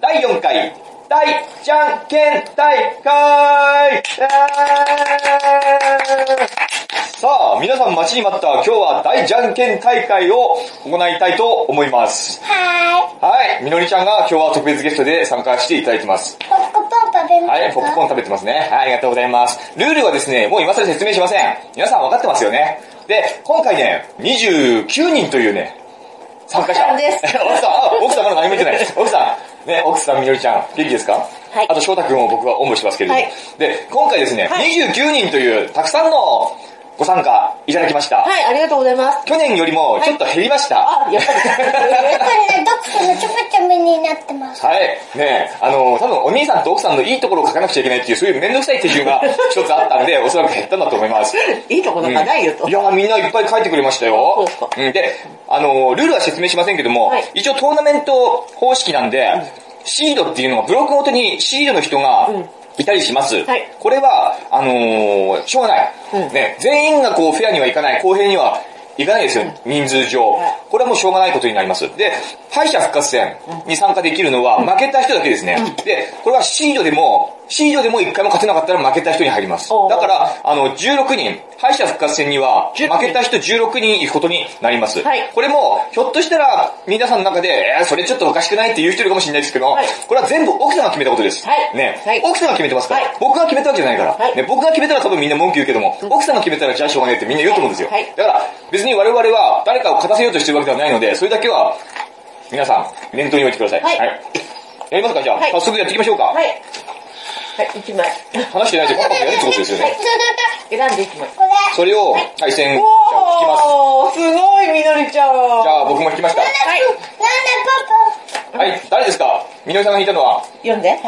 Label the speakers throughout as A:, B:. A: 第4回、大じゃんけん大会イエーイさあ、皆さん待ちに待った今日は大じゃんけん大会を行いたいと思います。
B: は
A: はい、みのりちゃんが今日は特別ゲストで参加していただきます。
B: ーい。ポップコーン食べますか
A: はい、ポップコーン食べてますね。はい、ありがとうございます。ルールはですね、もう今更説明しません。皆さん分かってますよね。で、今回ね、29人というね、参加者。
C: 奥さんです
A: 奥さん、あ、奥さんまだ何も言ってない。奥さん、ね、奥さんみのりちゃん、元気ですか
C: はい
A: あと翔太くんを僕はおんぶしてますけれども。
C: はい
A: で、今回ですね、
C: はい
A: 29人というたくさんのご参加いただきました。
C: はい、ありがとうございます。
A: 去年よりもちょっと減りました。
C: あ、やっぱり。
B: これね、ドクターのちょめちょめになってます。
A: はい。ねえ、あの、多分お兄さんと奥さんのいいところを書かなくちゃいけないっていう、そういうめんどくさい手順が一つあったんで、おそらく減ったんだと思います。
C: いいとこなんかないよと。
A: いやーみんないっぱい書いてくれました
C: そ
A: よ
C: うですか。
A: うんで、あのールールは説明しませんけども、
C: はい
A: 一応トーナメント方式なんで、シードっていうのはブロックごとにシードの人が
C: うん
A: いたりします。
C: はい
A: これは、あのーしょうがない、
C: うん
A: ね。全員がこうフェアにはいかない、公平にはいかないですよ、人数上
C: はい。
A: これはもうしょうがないことになります。で、敗者復活戦に参加できるのは負けた人だけですね。で、これはシードでも、シードでも一回も勝てなかったら負けた人に入ります
C: お。ー
A: だから、あの、16人、敗者復活戦には、負
C: 10
A: けた人16人いくことになります。
C: はい
A: これも、ひょっとしたら、皆さんの中で、えー、それちょっとおかしくないって言う人いるかもしれないですけど、
C: はい
A: これは全部奥さんが決めたことです。
C: はい
A: ね、
C: はい
A: 奥さんが決めてますから、
C: はい
A: 僕が決めたわけじゃないから、
C: はい
A: ね、僕が決めたら多分みんな文句言うけども、奥さんが決めたらじゃあしょうがねえってみんな言うと思うんですよ。
C: はい
A: だから、別に我々は誰かを勝たせようとしてるわけではないので、それだけは、皆さん、念頭に置いてください。
C: はい
A: やりますかじゃあ、
C: はい
A: 早速やっていきましょうか。
C: はい。はい、一枚。
A: 話してないでパッパとやるってことですよね。
C: 選んで一枚。
B: これ。
A: それを、対戦者を引きます。
C: おー、すごい、みのりちゃん。
A: じゃあ僕も引きました。
C: はい、
B: なんでパパ、
A: はい、誰ですかみのりさんが引いたのは、
C: 読んで。はい。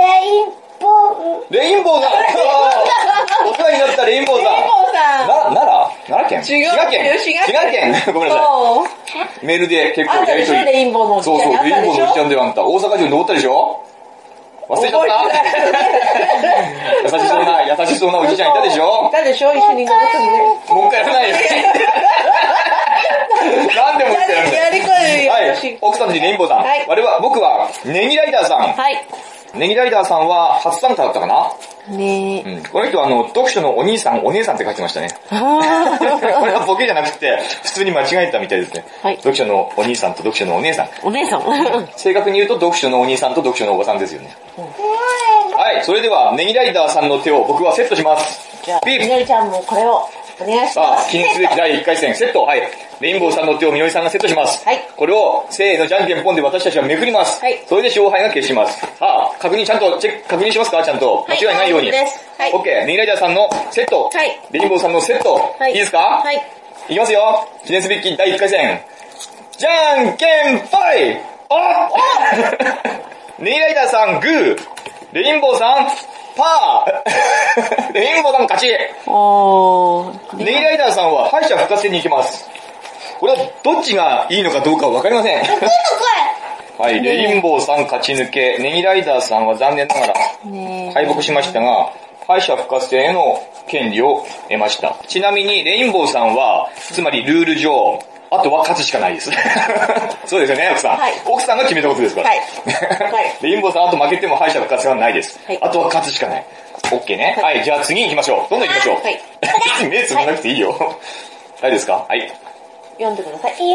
B: レインボー、
A: レインボーさんお世話になったレインボー
C: レインボーさん
A: さんな奈良奈良県
C: 違う
A: 滋賀県
C: 滋賀県
A: 県ごめんなさ
C: おー
A: い。メールで結構
C: あんた
A: やり
C: でし
A: と
C: ょ、
A: り。
C: レインボーのおじちゃ
A: そうそう、
C: ん。あ
A: レ
C: ん
A: イン
C: たで
A: ボーのお
C: しょ
A: じちゃんでよあんた。大阪城登ったでしょ忘れちゃっ
C: 覚え
A: た優しそうな、優し そうなおじちゃんいたでし
C: い
A: ょ
C: たでしょ、一緒に登ったのね。
A: もう一回やら ないよ。なんでもう一回やらない
C: やりこいよ、
A: は
C: よし
A: い、。奥さんたちレインボーさん。
C: はい
A: 我々は、僕は、ネギライダーさん。
C: はい。
A: ネギライダーさんは初参加だったかな
C: ねえ。
A: うん。この人はあの、読書のお兄さん、お姉さんって書いてました ね。
C: あ
A: これはボケじゃなくて、普通に間違えたみたいですね。
C: はい
A: 読書のお兄さんと読書のお姉さん。
C: ーお姉さん。
A: 正確に言うと読書のお兄さんと読書のおばさんですよね。はい、それでは、ネギライダーさんの手を僕はセットします。
C: じゃあ、
A: ピ
C: み
A: ー
C: のりちゃんもこれを、お願いし
A: さ
C: ま
A: あ、
C: す。
A: 記念すべき第1回戦、セット。はい。レインボーさんの手をみのりさんがセットします。
C: はい
A: これを、せーの、じゃんけんポンで私たちはめくります。
C: はい
A: それで勝敗が決します。さあ、確認、ちゃんと、チェック、確認しますかちゃんと。間
C: はい
A: 違いないように。
C: 大丈夫ですはい
A: オッケー、ネイライダーさんのセット。
C: はい
A: レインボーさんのセット。
C: はい
A: いですか。
C: はいい。
A: いきますよ。記念すべき第1回戦。じゃんけんぽいお おネイライダーさん、グー。レインボーさん、パー。 レインボーさん勝ち。
C: おー。
A: ネイライダーさんは敗者復活戦に行きます。これはどっちがいいのかどうかわかりません。
B: どこ
A: はい、レインボーさん勝ち抜け、ネギライダーさんは残念ながら
C: ね
A: 敗北しましたが、敗者復活戦への権利を得ました。ちなみにレインボーさんは、つまりルール上、あとは勝つしかないです。 そうですよね、奥さん、
C: はい
A: 奥さんが決めたことですから。
C: はいはい
A: レインボーさん、あと負けても敗者復活戦はないです。
C: はい
A: あとは勝つしかない。オッケーね。は、
C: はい
A: じゃあ次行きましょう。どんどん行きましょう。
C: はい
A: 目つぶんなくていいよ。大丈夫ですかはい。
C: 読んでください。
B: れ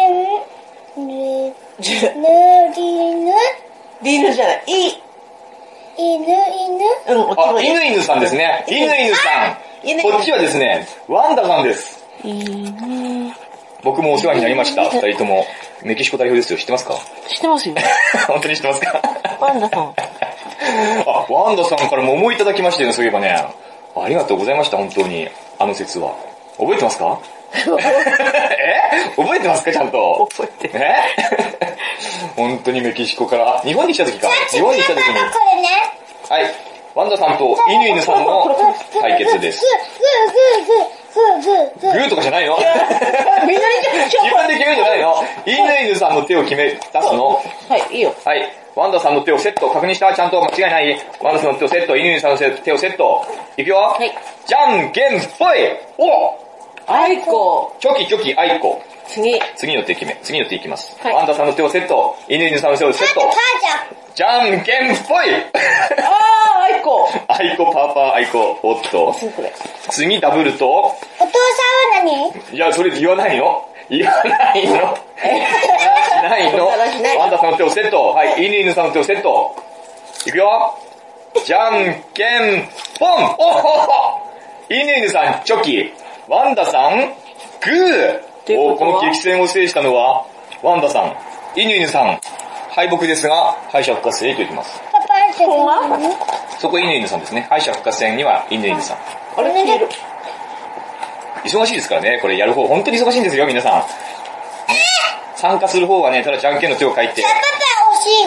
B: リン、リン、
C: じゃ
B: ぬ、りぬ、
C: リーヌじゃない。いい。
B: いぬ、いぬ、
C: うん、お
A: あ、
C: い
A: 犬犬さんですね。犬犬さ
C: 犬
A: ん。
C: 犬
A: こっちはですね、ワンダさんです。
C: いね。
A: 僕もお世話になりました。二人とも。メキシコ代表ですよ。知ってますか
C: 知ってますよ。
A: 本当に知ってます か
C: パンダさん。
A: あ、ワンダさんから桃いただきましたよね、そういえばね。ありがとうございました、本当に。あの説は。覚えてます かえ覚えてますか、ちゃんと。
C: 覚 えてる。
A: え 本当にメキシコから。日本に来た時か。日本に来た時に。
B: これね。
A: はい。ワンダさんとイヌイヌさんの対決です。。
B: グー、グー、グー、グー、グー、グー、グ
A: グ
B: ー。
A: ーとかじゃないの
C: みのりちゃん、
A: 自分で決めるんじゃないのインヌイヌさんの手を決め、出すの。
C: はい、いいよ。
A: はい。ワンダさんの手をセット。確認したちゃんと間違いない。ワンダさんの手をセット。イヌイヌさんの手をセット。いくよ。はいじゃんけんぽいお
C: あいこ、
A: チョキチョキあいこ。
C: 次。
A: 次の手決め。次の手いきます。
C: はい
A: ワンダさんの手をセット。イヌイヌさんの手をセッ
B: パ
A: ト。
B: ーじゃん。
A: じゃんけんぽい
C: あー、あいこ。
A: あいこパーパーあいこ、おっと。
C: そうこれ。
A: 次ダブると、
B: お父さんは何
A: いや、それ言わないの言わ ないのないの
C: 鳴らしない
A: ワンダさんの手をセット。はい、イヌイヌさんの手をセット。いくよ。じゃんけんぽんおほほイヌイヌさん、チョキ。ワンダさん、グ
C: と
A: ー
C: いう
A: お
C: こと
A: こ
C: は
A: の激戦を制したのは、ワンダさん、イヌイヌさん、敗北ですが、敗者復活戦へと言きます。
B: パパは
C: ほんま
B: 何
A: そこイヌイヌさんですね。敗者復活戦にはイヌイヌさん。
C: あれ、消える。
A: 忙しいですからね、これやる方、本当に忙しいんですよ、皆さん。ね参加する方はね、ただじゃんけんの手を書いて、
B: パパ欲しい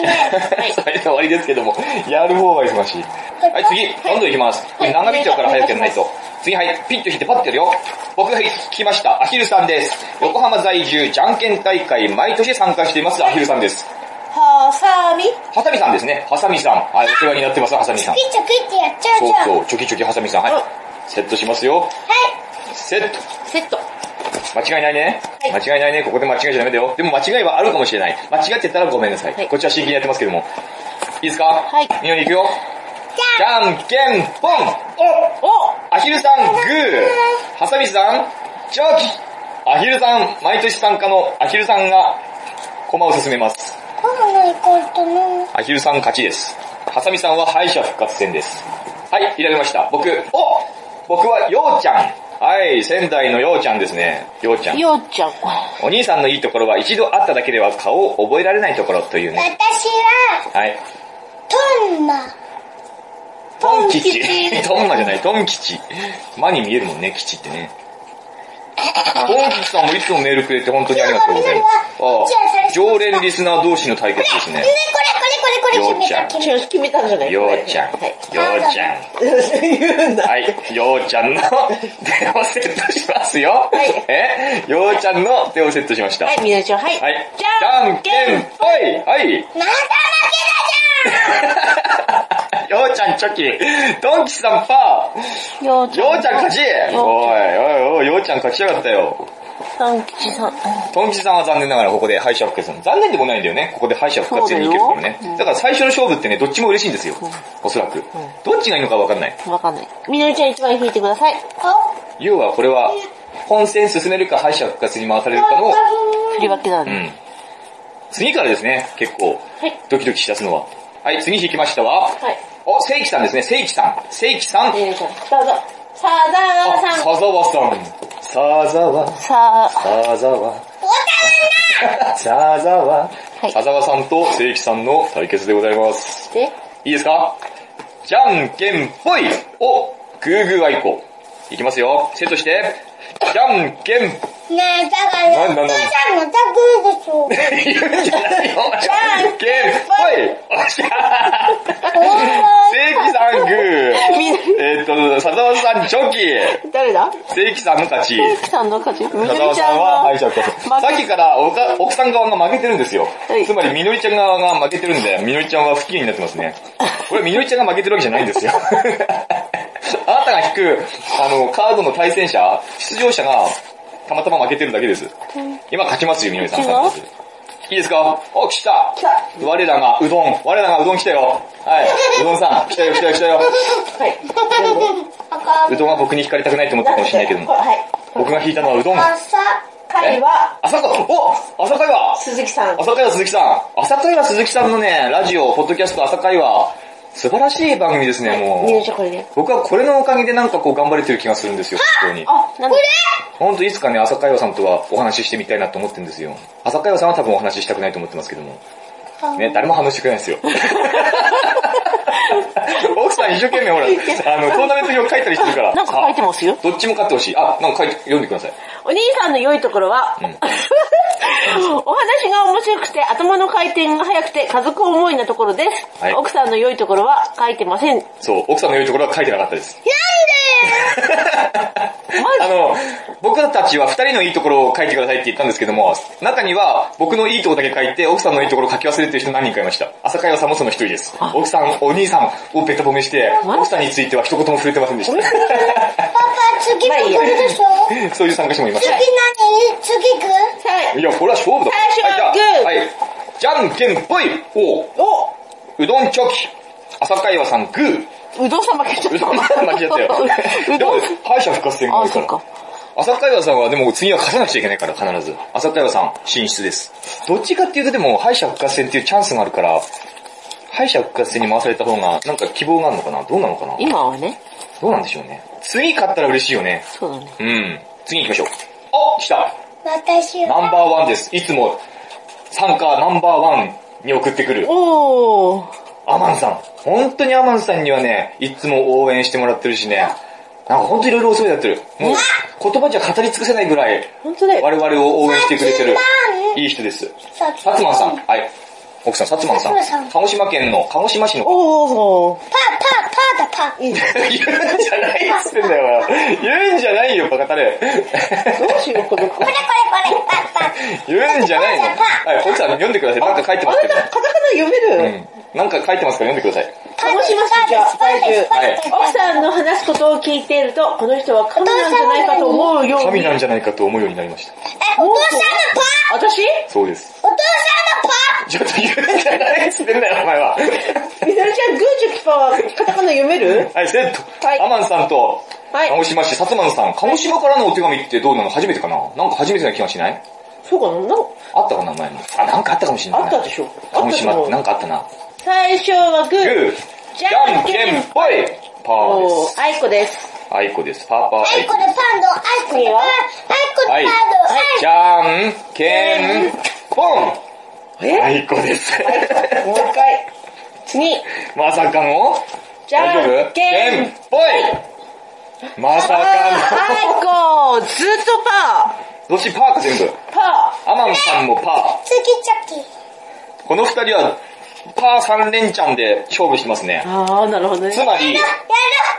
B: ね。
A: それで終わりですけども、やる方は忙しい。はい、次、どんどんいきます。これ長引いちゃうから早くやらないと。次、はい、ピッと引いてパッとやるよ。僕が聞きました、アヒルさんです。横浜在住、じゃんけん大会、毎年参加しています、アヒルさんです。
C: はさみ
A: ハサミさんですね、ハサミさん。はい、お世話になってます、ハサミさん
B: ピ。ッチョピッチョやっちゃう
A: そう
B: じゃん。
A: そう、チョキチョキハサミさん。はい。セットしますよ。セット。
C: セット。
A: 間違いないね。間違いないね。ここで間違いじゃダメだよ。でも間違いはあるかもしれない。間違ってたらごめんなさい。
C: はい
A: こっちは真剣にやってますけども。いいですか
C: はい
A: みよいくよ。じゃんけんぽんお
C: お
A: アヒルさん、グーハサミさん、チョキアヒルさん、毎年参加のアヒルさんが、駒を進めます。
B: パパの行こうとの。
A: アヒルさん勝ちです。ハサミさんは敗者復活戦です。はい、選びました。僕、お僕はようちゃん。はい、仙台のようちゃんですね。ようちゃん。
C: ようちゃん。
A: お兄さんのいいところは一度会っただけでは顔を覚えられないところというね。
B: 私は、
A: はい。
B: トンマ。
A: ト
C: ト
A: ン
C: ン
A: 吉
C: 吉
A: トンマじゃない、トン吉。マに見えるもんね、吉ってね。トン吉さんもいつもメールくれて本当にありがとうございます。ああ、常連リスナー同士の対決です
B: ね、これ
A: ね。
B: これこれこ
A: よ
B: れ
A: うちゃん
B: 君が君
C: ちょ決めたんじゃない
A: ようちゃん、よ
C: はい。
A: うちゃん。
C: 言うんだ。
A: はい、ようちゃんの 手をセットしますよ。
C: はい
A: えようちゃんの手をセットしました。は。
C: はいい、みなちゃん、はい。
A: じゃんけんぽいはい
B: また負けたじゃん
A: ようちゃんチョキ、ドンキさんパー、
C: んようちゃん。
A: ようちゃん勝ちおいおいおい、ようちゃん勝ちやがったよ。
C: さん吉さん。は
A: トン吉さんは残念ながらここで敗者復活戦。残念でもないんだよね。ここで敗者復活戦に行けるからね
C: そうだよう。ん
A: だから最初の勝負ってね、どっちも嬉しいんですよ。おそらく。どっちがいいのかわかんない。
C: いわかんない。みなちゃん一枚引いてください。
B: お
A: 要はこれは、本戦進めるか敗者復活に回されるかの、
C: 振り分けなん
A: う
C: で。
A: ん。次からですね、結構
C: はい、
A: ドキドキしだすのは。はい、次引きましたは、
C: はい。
A: お、聖騎さんですね、聖騎さん。聖騎さん。
C: みなちゃん、どうぞ。さあ、
A: あ
C: だーさん。
A: サザワさん。サザワ。
C: さあ、
A: サザワ。サザワ。
C: はい
A: サザワさんと聖騎さんの対決でございます。
C: で、
A: いいですかじゃんけんぽいお、グーグーアイコ。いきますよ。セットして。じゃんけん。
B: ねえ、だから、
A: なんだなん
B: お
A: だ
B: 父さんのタグでしょ。
A: 言うんじゃないよ。じゃんけんぽいおっしゃー 聖騎さんグー。えーっと、サザワさんチョキ。
C: 誰だ
A: 聖騎さんの勝ち。
C: ゆきさんの勝ち。み
A: 風
C: な
A: 間
C: りち
A: さ
C: ゃ
A: ん
C: ん
A: は
C: は、
A: 敗者復活。さっきからおか奥さん側が負けてるんですよ。
C: い
A: つまりみのりちゃん側が負けてるんで、みのりちゃんは不機嫌になってますね。これみのりちゃんが負けてるわけじゃないんですよ。 あなたが引く、あの、カードの対戦者、出場者がたまたま負けてるだけです。今勝ちますよ、みのりさん。
C: 違う
A: いいですかお、来た我らがうどん、我らがうどん来たよ。はい、うどんさん、来たよ来たよ来たよ。
C: はい。
B: 赤
A: うどんは僕に引かれたくないと思ったかもしれないけども、
C: はい。
A: 僕が引いたのはうどん。
B: 朝、
C: 彼は、
A: 朝か、お朝かが
C: 鈴木さん。
A: 朝会は鈴木さん。朝会は鈴木さんのね、ラジオ、ポッドキャスト朝会は、素晴らしい番組ですね、
C: みな
A: も
C: ちゃんこれで。
A: う。僕はこれのおかげでなんかこう頑張れてる気がするんですよ、本当に。
C: あ、なんで
A: 本当いつかね、朝会話さんとはお話ししてみたいなと思ってるんですよ。朝会話さんは多分お話ししたくないと思ってますけども。ね、誰も反応してくれない んですよ。奥さん一生懸命ほら、あの、トーナメント表書いたりしてるから。
C: なんか書いてますよ。
A: あどっちも勝ってほしい。あ、なんか書いて、読んでください。
C: お兄さんの良いところは、
A: うん
C: お話が面白くて頭の回転が速くて家族思いなところです、
A: はい
C: 奥さんの良いところは書いてません。マ
A: そう、奥さんの言うところは書いてなかったです。あ
C: ジ
A: の、僕たちは二人のいいところを書いてくださいって言ったんですけども、中には僕のいいところだけ書いて、奥さんのいいところを書き忘れてる人何人かいました。朝会話さんもその一人です。奥さん、お兄さんをペタ褒めして、
C: マジ
A: 奥さんについては一言も触れてませんでし
B: パパ、次も来るでしょ
A: た。そういう参加者もいまし
B: 次
A: た。
B: 何次行く
C: はい。
A: いや、これは勝負だ。
C: 最初は
A: はい、じゃあ、
C: グ
A: はい。じゃ
C: ー
A: んけんぽいおう
C: お
A: うどんどんチョキ。浅香岩さん、グー。
C: うどんさん負けちゃ
A: う
C: った。
A: どん さん負けちゃったよ
C: 。う
A: でも
C: どんさん、
A: 敗者復活戦があるか
C: あそ
A: ら
C: っか。
A: 浅香岩さんはでも次は勝たなくちゃいけないから、必ず。浅香岩さん、進出です。どっちかっていうとでも、敗者復活戦っていうチャンスがあるから、敗者復活戦に回された方が、なんか希望があるのかなどうなのかな
C: 今はね、
A: どうなんでしょうね。次勝ったら嬉しいよね。
C: そうだね。
A: うん。次行きましょう。あ、来た
B: 私
A: ナン
B: は、
A: バーワンです。いつも、参加ナンバーワンに送ってくる、
C: おー。
A: アマンさん。本当にアマンさんにはね、いつも応援してもらってるしね、なんか本当いろいろお世話になってる。もう、言葉じゃ語り尽くせないぐらい、
C: 本当だよ。
A: 我々を応援してくれてる
B: サツマ、ン
A: いい人です。
B: さつ
A: 薩摩さん。はい。奥さん、薩摩さ
B: 薩摩さ
A: ん。
B: ん
A: 鹿児島県の、鹿児島市の、
C: おー。
B: パー、パー、パーだ、パ ー。
A: 言うんじゃないっつってんだよ、言うんじゃないよ、バカタレ。
C: どうしよう、この子。
B: これこれこれ、パー、パー。
A: 言うんじゃないの。はい、奥さん読んでください。なんか書いてますけど。
C: カタカナ読める。
A: うん。なんか書いてますから読んでください。
C: 鹿児島市じゃあ在住
A: はい
C: 奥さんの話すことを聞いていると、この人は神なんじゃないかと思うよう
A: 神
C: に。
A: なんじゃないかと思うようになりました。
B: え、お父さんのパ
C: 私
A: そうです。
B: ーお父さんのパー
A: ちょっと言うんじゃないっつってんだよ、お前は。
C: みのりちゃん、グーチョキパーはカタカナ読める
A: はい、セット。
C: はい
A: アマンさんと、
C: はい
A: 鹿児島市、薩摩さん。鹿児島からのお手紙ってどうなの初めてかななんか初めてな気がしない
C: そうかななんか
A: あったかな、前も。あ、なんかあったかもしれない。
C: あったでしょ
A: 鹿児島
C: あっ
A: っ
C: たと思う
A: てなんかあったな。
C: 最初は
A: グ
C: グ
A: ー
C: ー。、
A: じゃんけんぽいパーで
C: お
A: す。
C: ー、あいこです。
A: あいこです。パーパーあ
B: ア
A: い
B: イコ
A: こ
B: で。パンド、アイコでパン、アイコでパ
A: は
B: ン
A: い
B: ド、アイ。
A: じゃんけんぽんあいこです。
C: もう一回。次。
A: まさかの
C: じゃんけん
A: んぽいまさか
C: あいこ、ずっとパ
A: のどっちパーか全部。
C: ー。パ
A: アマンさんもパ
B: 次チョキ。
A: ー。この二人はパー三連チャンで勝負してます
C: ー。
A: ね。
C: あー、なるほど
A: つ
C: ね。
A: ま
B: や
A: り
B: る、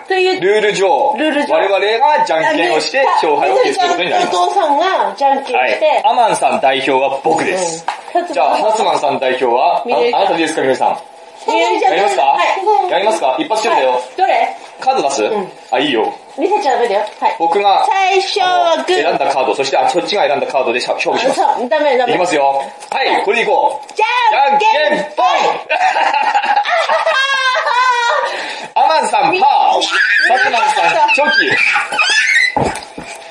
C: という。
A: ルール上、
C: ルール上
A: 我々がじゃんけんをして勝敗を決することになりま
C: みのりちゃんとお父さんがじゃんけん
A: す。は
C: して、
A: い。アマンさん代表は僕です。
C: うん
A: じゃあ、ハツマンさん代表は、
C: みのりちゃ
A: あ
C: ん
A: あなたですか、みのりさん。
C: みのりちゃ
A: や
C: ん
A: りますか
C: はい。
A: やりますか一発勝負だよ。
C: どれ
A: カード出す
C: ん
A: あ、いいよ。
C: 見せちゃダメだよ。はい。
A: 僕が
C: 最初はグ
A: 選ん
C: ー。
A: だカード、そしてあ、そっちが選んだカードで勝負します。
C: そう、ダメダ
A: いき
C: メ
A: ま。すよ。はい、これでいこう。
C: じ
A: じゃ
C: ゃ
A: ん
C: ん
A: け
C: けん
A: んぽんアマンさんパー、サツマンさんチョキ、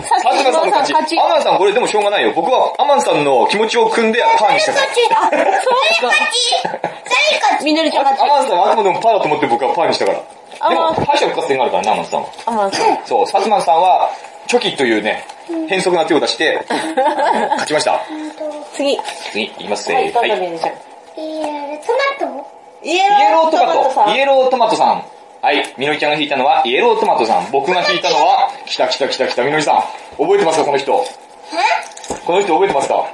C: さ
A: サツマさんの
C: さ
A: 勝ち。アマンさんこれでもしょうがないよ。僕はアマンさんの気持ちを組んでパーにしたか
B: こ
A: ら
B: っ。ちだ。
C: そうか。
B: 誰か
C: みのりちゃん
A: ア
C: 勝ち。
A: マンさんはあくまでもパーだと思って僕はパーにしたから。で
C: あ
A: も、
C: ー
A: 敗者復活戦があるからね、アマンさんは。
C: あ、まあ、
A: そう、サツマンさんは、チョキというね、変則な手を出して、あの勝ちました。
C: 次。は
A: 次、いきますせ
C: い、
A: ー
C: ど
A: は
C: うぞ
A: い。
C: みのりちゃん。
B: いやるトマト
C: イエ
A: イエロ
C: ロ
A: ー
C: ー
A: ト
C: ト
A: マ
C: マ
A: ト
C: トさん。
A: イエロートマトさん。はい、みのりちゃんが弾いたのは、イエロートマトさん。僕が弾いたのは、きたきたきたきたみのりさん。覚えてますか、この人。
B: え
A: この人覚えてますか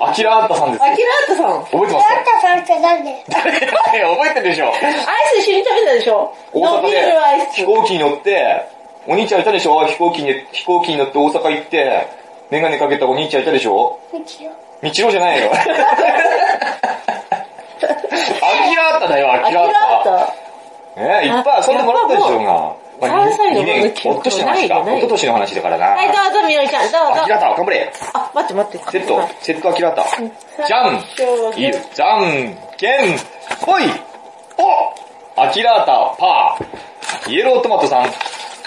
A: アキラータさんです
C: ア
A: よ。
C: キラートさん。
A: 覚えて
B: ト
A: ま
B: マ
A: すか
B: トさんって誰で
A: 覚えてるでしょ
C: アイス一緒に食べたでしょ
A: 大
C: 伸
A: 阪
C: びるア
A: で
C: イス
A: 飛。行機に乗って、お兄ちゃんいたでしょ飛行機に、飛行機に乗って大阪行って、メガネかけたお兄ちゃんいたでしょ
B: みちよ。
A: 道郎じゃないよ。 アキラータだよ、ア
C: ア
A: キ
C: キ
A: ラ
C: ラ
A: ー
C: ー
A: タ。
C: ト。
A: ねえ、いっぱい遊んでもらったでしょうが。
C: やっぱもう3歳の
A: 2年、
C: 記憶
A: おととしの話
C: な
A: か。
C: いよね
A: おととしの話だからな。
C: はい、どうぞみのりちゃん。ど
A: あ
C: う
A: きら
C: ぞ。
A: た、頑張れ。
C: あ、待って待って。
A: セット、セットあきらた。じゃんいいよ。じゃんけんぽいおあきらた、パー。イエロートマトさん、グ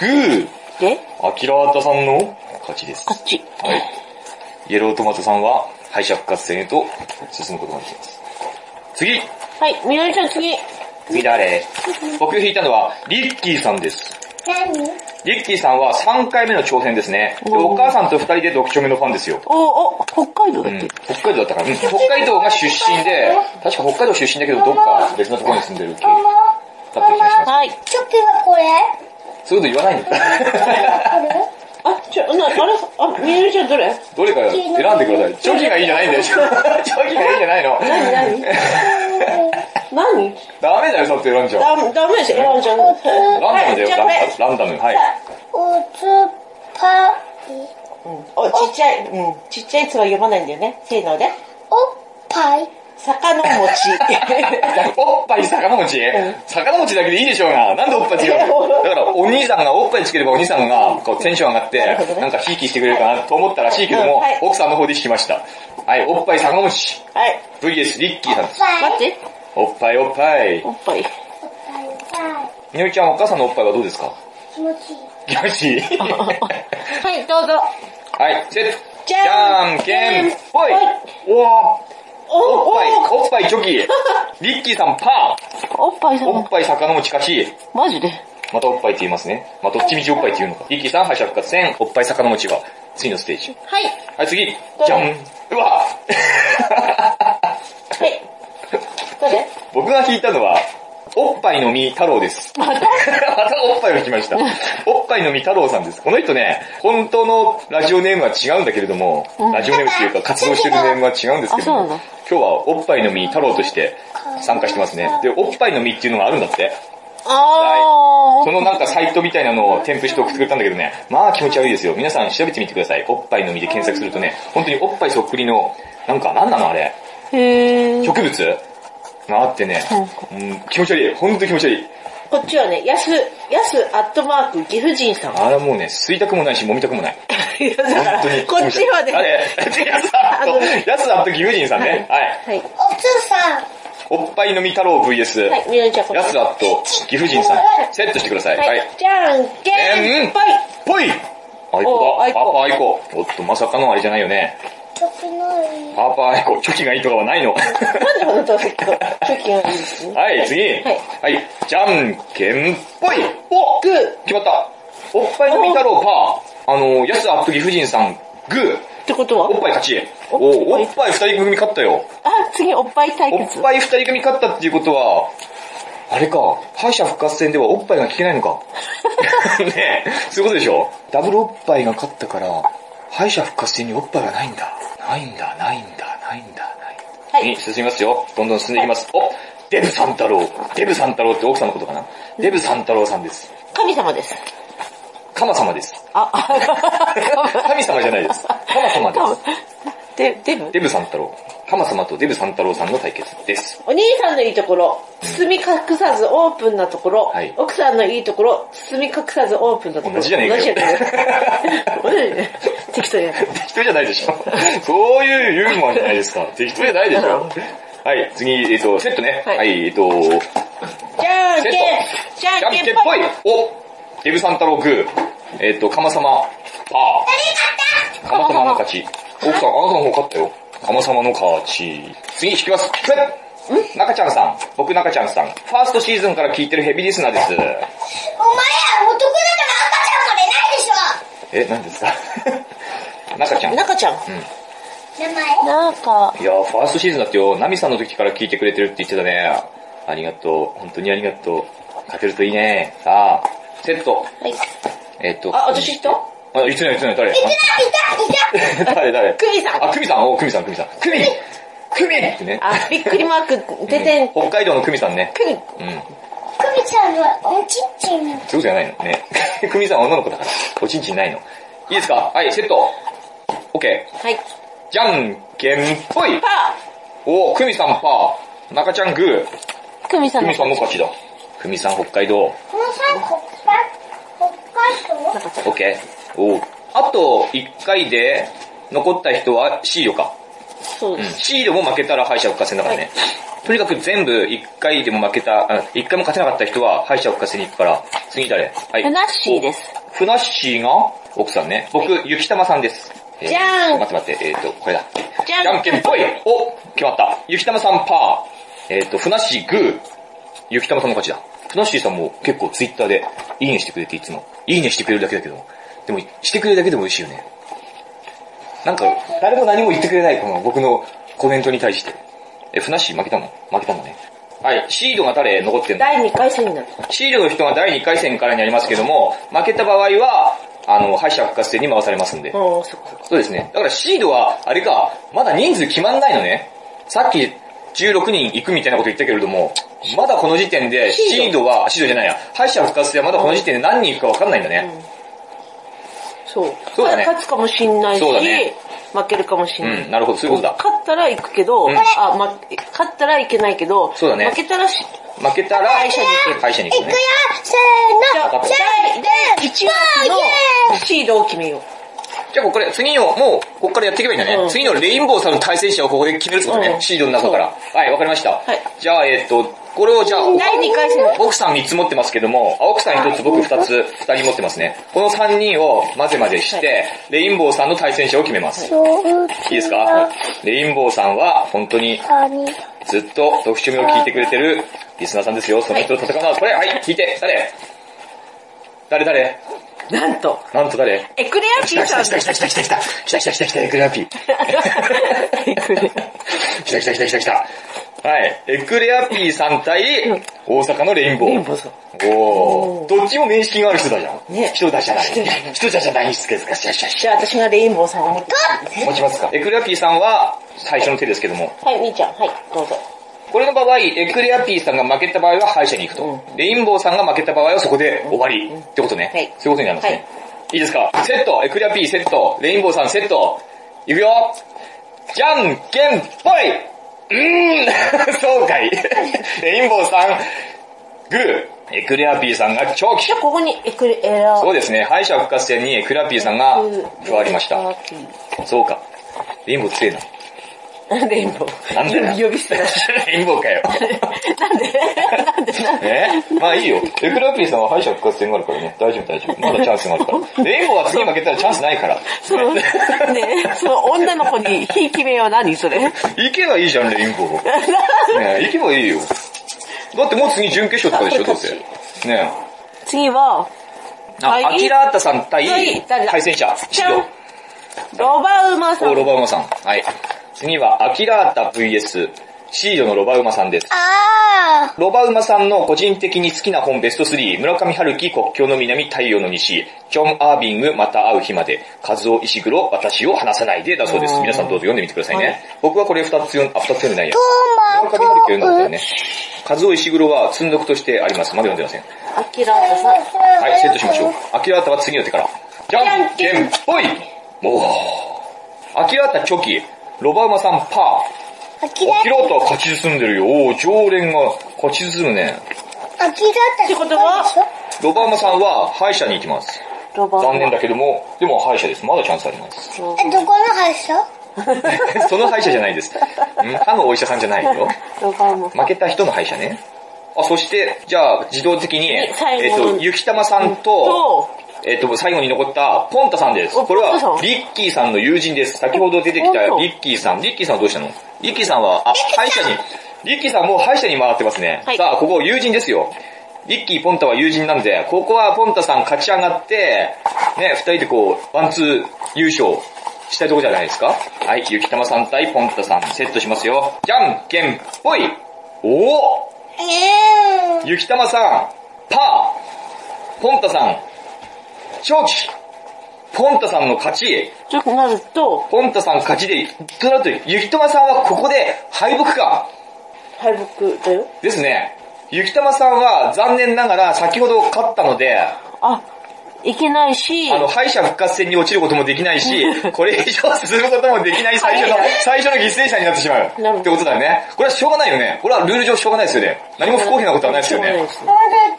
A: ー。
C: で、
A: あきらたさんの勝ちです
C: こ。っち。
A: はい。イエロートマトさんは敗者復活戦へと進むことができます。次
C: はい、みのりちゃん次。
A: 次誰僕引いたのはリッキーさんです。
B: 何
A: リッキーさんは3回目の挑戦ですね。で
C: おー
A: お母さんと2人で読書目のファンですよ。
C: おお、北海道だ
A: う
C: っ
A: ん
C: け、
A: 北海道だったから、うん、北海道が出身で、確か北海道出身だけど、どっか別のところに住んでる系
B: ママ
A: だった気がします。
C: はい。
B: チョキはこれ
A: そういうこと言わないん
B: チョキ
A: だ。
B: は
C: あ、ちょ、な、あれ、あ、みのりちゃんどれ
A: どれか選んでください。チョキがいいんじゃないん だよ。チョキがいいんじゃないの。
C: 何何何
A: ダメだよ、さっき選んじゃう。
C: ダダメでしょ、ランちゃん。
A: ランダムだよ、
C: じゃあこれ
A: ランダム。ランダム。はい。
B: これおつぱい。
C: お、ちっちゃい、うん、ちっちゃいつは読まないんだよね。せーので。
B: おっぱい。
C: 坂の餅。
A: おっぱい魚餅魚餅だけでいいでしょうが。なんでおっぱいつけるのだからお兄さんがおっぱいつければお兄さんがこうテンション上がって
C: るほど、ね
A: なんかひいきしてくれるかなと思ったらしいけども
C: はい、
A: 奥さんの方で引きました。はい、おっぱい魚餅
C: はい。
A: VS リッキーさんです。
B: ぱい。
C: 待って。
A: おっぱいおっぱい。
C: おっ
B: おっぱ
C: ぱい。
B: いおっぱい。
A: みよりちゃんお母さんのおっぱいはどうですか
B: 気持ちい
A: 気
B: い。
A: 持 ちいい。
C: はい、どうぞ。
A: はい、セット。
C: じゃん
A: じゃんけんぽい
C: はい。
A: おーおっぱい
C: お、
A: おっぱいチョキ。リッキーさんパ
C: おおっぱいさ
A: ー。おっ
C: ん。
A: ぱい魚持ち勝ち。
C: マジで。
A: またおっぱいって言いますね。まあ、どっちみちおっぱいって言うのか。リッキーさん敗者復活戦。おっぱい魚持ちは次のステージ。
C: はい。
A: はい、次。じゃん。うわ
C: はい。誰
A: 僕が引いたのは、おっぱいの実太郎です。
C: また
A: またおっぱいを来ま した。おっぱいのみ太郎さんです。この人ね、本当のラジオネームは違うんだけれども、
C: うん
A: ラジオネームっていうか活動してるネームは違うんですけど
C: あそうな
A: も
C: の、
A: 今日はおっぱいのみ太郎として参加してますね。で、おっぱいのみっていうのがあるんだって。
C: あ
A: そのなんかサイトみたいなのを添付して送ってくれたんだけどね、まあ気持ち悪いですよ。皆さん調べてみてください。おっぱいのみで検索するとね、本当におっぱいそっくりの、なんかなんなのあれ。
C: ー。へー。
A: 植物があってね、うん、気持ち悪い。本当に気持ち悪い。
C: こっちはね、やす、やすアットマーク岐阜人さん。
A: あれはもうね、吸いたくもないし、揉みたくもない。
C: いや、だから、 こ
A: 本当に
C: っちはね
A: あ、れ、やすさんと、やすさんと岐阜人さんね。はい。
C: はい。
B: おつさん。
A: おっぱいのみ太郎 VS、
C: はい、みのりちゃんこっ
A: や
C: ち
A: す。さんと岐阜人さん。セットしてください。は
C: はいい。。じゃんけんぽい。
A: ぽいアイ
C: お
A: コ
C: ア
A: だ。
C: イコ
A: パパアイコ。おっと、まさかのあれじゃないよね。
B: 曲のいい。
A: パパアイコ、チョキがいいとかはないの。 は
C: なんでこのトーク初期がいいですね。
A: い、次。
C: はい。
A: はい。じゃんけんぽいお
C: グーっ
A: 決まった。おっぱいのみ太郎パー。あの、やすさんと岐阜人さん、グー。
C: てこと
A: おっ
C: は
A: ぱい勝ち。
C: お
A: お、おっぱい二人組勝ったよ。
C: あ、次、おっぱい対
A: お
C: 決。
A: っぱい二人組勝ったっていうことは、あれか、敗者復活戦ではおっぱいが聞けないの か。ねえ、そういうことでしょダブルおっぱいが勝ったから、敗者復活戦におっぱいがないんだ。ないんだ、ないんだ、ないんだ、ないんだ。
C: はい
A: に進みますよ。どんどん進んでいきます。おデブ三太郎。デブ三太郎って奥さんのことかなデブ三太郎さんです。
C: 神様です。
A: 鎌様です。
C: あ、あ、
A: 神様じゃないです。鎌様です。
C: で、でも、
A: デブ三太郎。鎌様とデブ三太郎さんの対決です。
C: お兄さんのいいところ、包み隠さずオープンなところ、
A: はい
C: 奥さんのいいところ、包み隠さずオープンなところ。
A: 同じじゃねえかよ
C: 同じじゃねえかよ同じじゃねえ適当やな。
A: 適当じゃないでし ょ。そういうユーモアじゃないですか。適当じゃないでしょ。はい、次、えっと、セットね。は、
C: はいい
A: えっと、
C: じゃんけんじ
A: ジ
C: ゃん
A: ャン
C: け
A: ケ
C: ん
A: ンぽ
C: ぽ
A: い
C: い
A: おデブ三太郎グー。えっと、鎌様、パー。鎌様の勝ち。奥さん、あなたの方勝ったよ。鎌様の勝ち。次、引きます。フッ中ちゃんさん、僕中ちゃんさん、ファーストシーズンから聞いてるヘビリスナーです。
B: お前ら男だから赤ちゃんなんか出ないで
A: え、
B: し
A: 何ですか 中ちゃん。
C: 中ちゃん。
B: ょ名前
C: 中、
A: いやー、ファーストシーズンだってよ、ナミさんの時から聞いてくれてるって言ってたね。ありがとう。本当にありがとう。勝てるといいね。さあ、セット。
C: はい。
A: えっと。
C: あ、私人
A: あ、言ってない言ってない、誰
B: いたいたいた
A: あ 誰誰
C: クミさん
A: あ、クミさん、お、クミさん、クミさん。クミクミってね。
C: あ、びっくりマーク出てん。
A: 北海道のクミさんね。
C: くん。
A: うん。
B: クミちゃんはおちんち
A: そ
B: ん。
A: ういうことじゃないのね。 クミさんは女の子だから。おちんちんないの。いいですかはい、セット。オッケー。
C: はい。
A: じゃんけんぽい
C: パ
A: おー、クミさんパー。中ちゃんグー。
C: ー。くみさん
A: ク
C: の
A: ミさんの勝ちだ。クミさん北海道。
B: この三国北海道
C: 中ちゃん。
A: オッケー。おうあと1回で残った人はシードか。
C: そう
A: うん。
C: です。
A: シードも負けたら敗者復活戦だからね。とにかく全部1回でも負けた、うん、1回も勝てなかった人は敗者復活戦に行くから、次誰はい。
C: ふなっしーです。
A: ふなっしーが奥さんね。僕、ゆきたまさんです。えー
C: じゃん
A: 待って待って、えっ、と、これだ。
C: じゃん
A: けんぽいお決まった。ゆきたまさんパー。えっ、と、ふなっしーグー。ゆきたまさんの勝ちだ。ふなっしーさんも結構ツイッターで、いいねしてくれていつも。いいねしてくれるだけだけども。でも、してくれるだけでも嬉しいよね。なんか、誰も何も言ってくれない、この僕のコメントに対して。え、ふなっしー負けたの負けたのね。はい、シードが誰残ってんの
C: 第2回戦になる。
A: シールの人が第2回戦からになりますけども、負けた場合は、あの、敗者復活戦に回されますんで。
C: おー、そこそこ。
A: そうですね。だからシードは、あれか、まだ人数決まんないのね。さっき16人行くみたいなこと言ったけれども、まだこの時点で
C: シード
A: シードは、シードじゃないや、敗者復活戦はまだこの時点で何人行くか分かんないんだね。
C: そう。
A: そうだね
C: 勝つかもしんないし、
A: そうだね
C: 負けるかもしん
A: う
C: ない。
A: ん、なるほど、そういうことだ。
C: 勝ったら行くけど、
A: ん
C: あ、ま、勝ったらいけないけど、
A: そうだね
C: 負けたらし、
A: 負けたら、
C: 敗者に行く
A: 敗者に行
B: 行
A: くね
B: くよ。せーの
A: じゃあ
B: じゃんけん
C: 1月のシードを決めよう。
A: じゃあここから、次を、もう、ここからやっていけばいいんだね。
C: うん
A: 次のレインボーさんの対戦者をここで決めるってことね。
C: うん
A: シードの中から。はい、わかりました。
C: い
A: じゃあ、えっと、これをじゃあ、
C: 第2回戦。
A: 奥さん3つ持ってますけども、青木さん1つ、僕2つ、2人持ってますね。この3人を混ぜ混ぜして、レインボーさんの対戦者を決めます。いいですかレインボーさんは、本当に
B: カニ。
A: ずっと読書目を聞いてくれてるリスナーさんですよ。その人と戦うのは、これ、はい、聞いて、誰誰誰
C: なんと、
A: なんと誰
C: エクレアピー
A: 来
C: さん
A: た来た来た来た来た来た来た来た来た来たエクレアピー。
C: エクレア
A: 来た来た来た来た来た。はい。エクレアピーさん対
C: うん
A: 大阪のレインボ
C: ピン
A: ー。
C: ポンさん。
A: お
C: おー
A: ー。どっちも面識がある人だじゃん。
C: ね
A: 人だじゃない
C: 人だじゃな。い
A: 人だじゃないんですけど、よしよしよし
C: じゃあ私がレインボーさんを持って。
A: 持ちますか。エクレアピーさんは最初の手ですけども、
C: はい、みーちゃん。はい、どうぞ。
A: これの場合、エクレアピーさんが負けた場合は敗者に行くと。レインボーさんが負けた場合はそこで終わりってことね。
C: はい
A: そういうことになりますね。いいですかセットエクレアピーセットレインボーさんセットいくよじゃんけんぽいうーん そう かいレインボーさん、グーエクレアピーさんがチョキ
C: じゃあここにエクレア。
A: そうですね、敗者復活戦にエクレアピーさんが加わりました。そうか。レインボー強いな。
C: レインボー。
A: なんでだよ
C: 呼び捨てだし。
A: レインボーかよ。
C: なんでなんでなんで
A: えまあいいよ。エクラピーさんは敗者復活戦があるからね。大丈夫大丈夫。まだチャンスがある から。レインボーは次負けたらチャンスないから。
C: その、ねその女の子に、ひいき目は何それ。
A: 行けばいいじゃん、レインボ ー。ねえ行けばいいよ。だってもう次準決勝とかでしょ、どうせ。ね
C: 次は、
A: え。あ、
C: はい
A: アキラータさん対
C: はい誰だ
A: 対戦者、シ
C: じゃん
A: ド。
C: ロバウマさ
A: お、ロ
C: ん。
A: バウマさん。はい。次は、アキラータ VS、シードのロバウマさんです。
B: あ
A: ロバウマさんの個人的に好きな本ベスト3、村上春樹、国境の南、太陽の西、ジョン・アービング、また会う日まで、和夫、石黒、私を離さないで、だそうです。
C: うん
A: 皆さんどうぞ読んでみてくださいね。
C: はい
A: 僕はこれ二つ読ん、あ、二つ読んでないや。
B: ー、
A: 村上
B: ト
A: 春樹読んだん
B: マ
A: です
B: ト
A: よね。和夫、石黒は積んどくとしてあります。まだ読んでません。
C: アキラータさん。
A: はい、セットしましょう。アキラータは次の手から。じゃんけんぽいもう。アキラータチョキ、ロバウマさんパ
B: アキ
A: ー。
B: ラ
A: アキラータは勝ち進んでるよ。おー常連が勝ち進むね。
B: アキラって
C: ってことは
A: ロバウマさんは敗者に行きます。
C: ロバウマ。
A: 残念だけども、でも敗者です。まだチャンスあります。
B: え、どこの歯でしょ
A: その敗者じゃないです。うん歯のお医者さんじゃないよ。
C: ロバウマ。
A: 負けた人の敗者ね。あ、そして、じゃあ、自動的に、えっ、
C: 最後の
A: と、ゆきたまさんと、
C: と、
A: えっ、と、最後に残った、ポンタさんです。
C: お
A: これ
C: ポンタ
A: は
C: さ、ん
A: リッキーさんの友人です。先ほど出てきた
C: ポンタ
A: リッキーさん。リッキーさんはどうしたのリッキーさんは、あ、敗者に、リッキーさんもう敗者に回ってますね。
C: はい
A: さあ、ここ友人ですよ。リッキー、ポンタは友人なんで、ここはポンタさん勝ち上がって、ね、二人でこう、ワンツー優勝したいとこじゃないですかはい、ゆきたまさん対ポンタさんセットしますよ。じゃんけんぽいおお
B: えー。
A: ゆきたまさん、パー、ポンタさん、勝機、ポンタさんの勝ち、
C: ちょっとなると、
A: ポンタさん勝ちで、となると、ゆきたまさんはここで敗北か。
C: 敗北だよ。
A: ですね。ゆきたまさんは残念ながら先ほど勝ったので、
C: あ、いけないし、
A: あの、敗者復活戦に落ちることもできないし、これ以上進むこともできない最初の
C: はい、
A: 最初の犠牲者になってしまう。
C: なる
A: っ
C: ほど
A: てことだよね。これはしょうがないよね。これはルール上しょうがないですよね。何も不公平なことはないですよね。
B: ま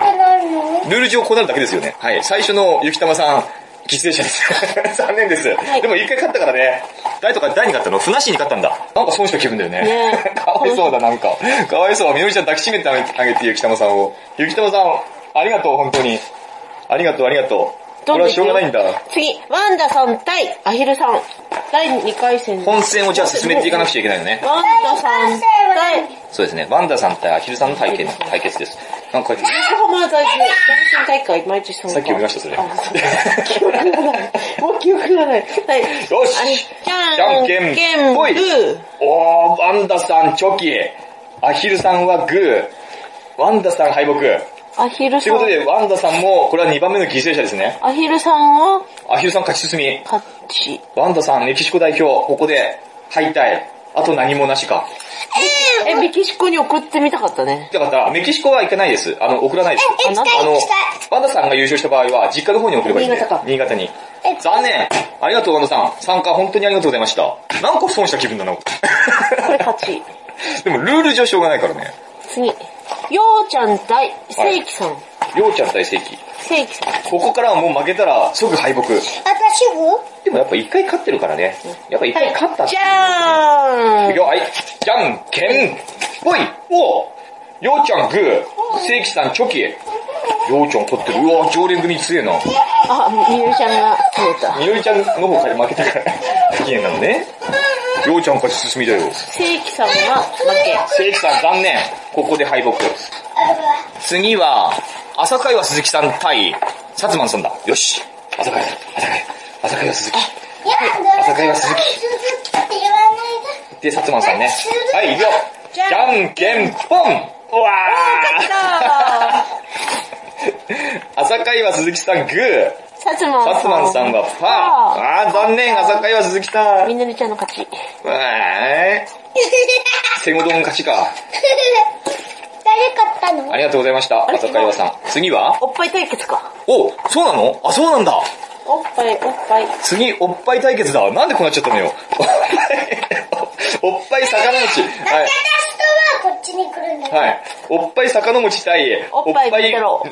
B: だってないの
A: ルール上こうなるだけですよね。はい。最初のゆきたまさん、犠牲者です。 残念です。
C: い
A: でも一回勝ったからね。誰とか誰に勝ったのふなっしーに勝ったんだ。なんか損した気分だよね。
C: ねえ
A: かわいそうだ、なんか。かわいそう。みのりちゃん抱きしめてあげて、ゆきたまさんを。ゆきたまさん、ありがとう、本当に。ありがとう、ありがとう。これはしょうがないんだ。
C: 次、ワンダさん対アヒルさん。第2回戦。ワン
A: 本戦をじゃあ進めていかなくちゃいけないよね。
C: ダさん対
A: そうですね。ワンダさん対アヒルさんの対決対決です。なんか、さ
C: 横浜在住、大臣大会、毎年参加。
A: っき読みました、それ。
C: あ 記憶がない。もう記憶がない。はい。
A: よし
C: あれじ
A: じ
C: ゃ
A: ゃん
C: ん
A: けん
C: けん
A: ぽい
C: グー
A: おー、ワンダさんチョキ。アヒルさんはグー。ワンダさん敗北。
C: アヒル
A: とい
C: さ
A: うんこと。で、ワンダさんも、これは2番目の犠牲者ですね。
C: アヒルさんは
A: アヒルさん勝ち進み。
C: 勝ち。
A: ワンダさん、メキシコ代表、ここで敗退。あと何もなしか。
C: え、メキシコに送ってみたかったね。
A: だから、メキシコは行かないです。あの、送らないです。
B: え、
C: あ
B: 行
C: な
B: き
C: ん
B: た
A: あ
B: い
A: の
B: 行きたい。、
A: ワンダさんが優勝した場合は、実家の方に送ればいいんで
C: 新潟か
A: 新潟に
B: え。
A: 残念ありがとう、ワンダさん。参加本当にありがとうございました。なんか損した気分だな。
C: これ勝ち。
A: でも、ルール上しょうがないからね。
C: 次。ようちゃん対、せいきさん。
A: ようちゃん対正規。
C: 正規さん。
A: ここからはもう負けたら即敗北。
B: 私ぐ
A: でもやっぱ一回勝ってるからね。やっぱ一回勝ったって
C: じ
A: いう
C: ゃー
A: い
C: ん
A: くよ、はい。じゃんけん、ぽい、おようちゃんグー、せいきさんチョキ。ようちゃん取ってる。うわ常連組強えな。
C: あ、みゆりちゃんが消えた。
A: みのりちゃんの方から負けたから、不機嫌なのね。ようちゃん勝ち進みだよ。
C: 正規さんが負け。
A: せいきさん残念。ここで敗北。次は、朝会は鈴木さん対、薩摩さんだ。よし。朝会、朝会、朝会は鈴木。
B: いや、だ
A: 朝会は鈴木
B: 鈴木って言わない
A: で、薩摩さんね。はい、いくよ。じ
C: じゃん
A: ゃんけんぽんうわー
C: 勝
A: 朝会は鈴木さんグー、
C: った薩摩
A: サツマンさんがパー。あー、残念、朝会は鈴木さん。う
C: みのりちゃんの勝ち。
A: えー。戦後丼勝ちか。
B: 誰勝ったの
A: ありがとうございました、朝会はさん。次は
C: おっぱい対決か。
A: お、そうなのあ、そうなんだ。
C: おっぱい、おっぱい。
A: 次、おっぱい対決だ。なんでこうなっちゃったのよ。 おっぱい、おっぱい魚餅。は
B: 中
A: い
B: 田。人はこっちに来るんだけど、
A: はい。おっぱい魚餅対、
C: おっぱい見太郎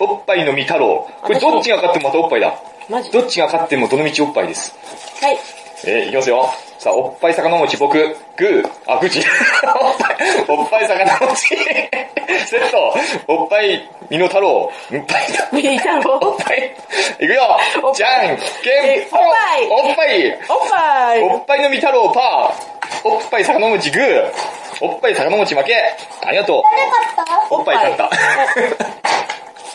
A: おっぱいのみ太郎。これどっちが勝ってもまたおっぱいだ。
C: マジ
A: どっちが勝ってもどの道おっぱいです。
C: はい。
A: えー、いきますよ。さあ、おっぱい魚餅、僕、グー、あ、グーチ。 おっぱい、おっぱい魚餅。 セット、おっぱい、ミノ太郎、おっぱいだ。
C: みのりちゃんも。
A: おっぱい、いくよ
C: おっぱい
A: じゃんけんぽん
C: え
A: おっぱい
C: おっぱい。
A: おっぱいのみ太郎、パーおっぱい魚餅、グーおっぱい魚餅負けありがとう
B: 誰勝った
A: おっぱい勝った。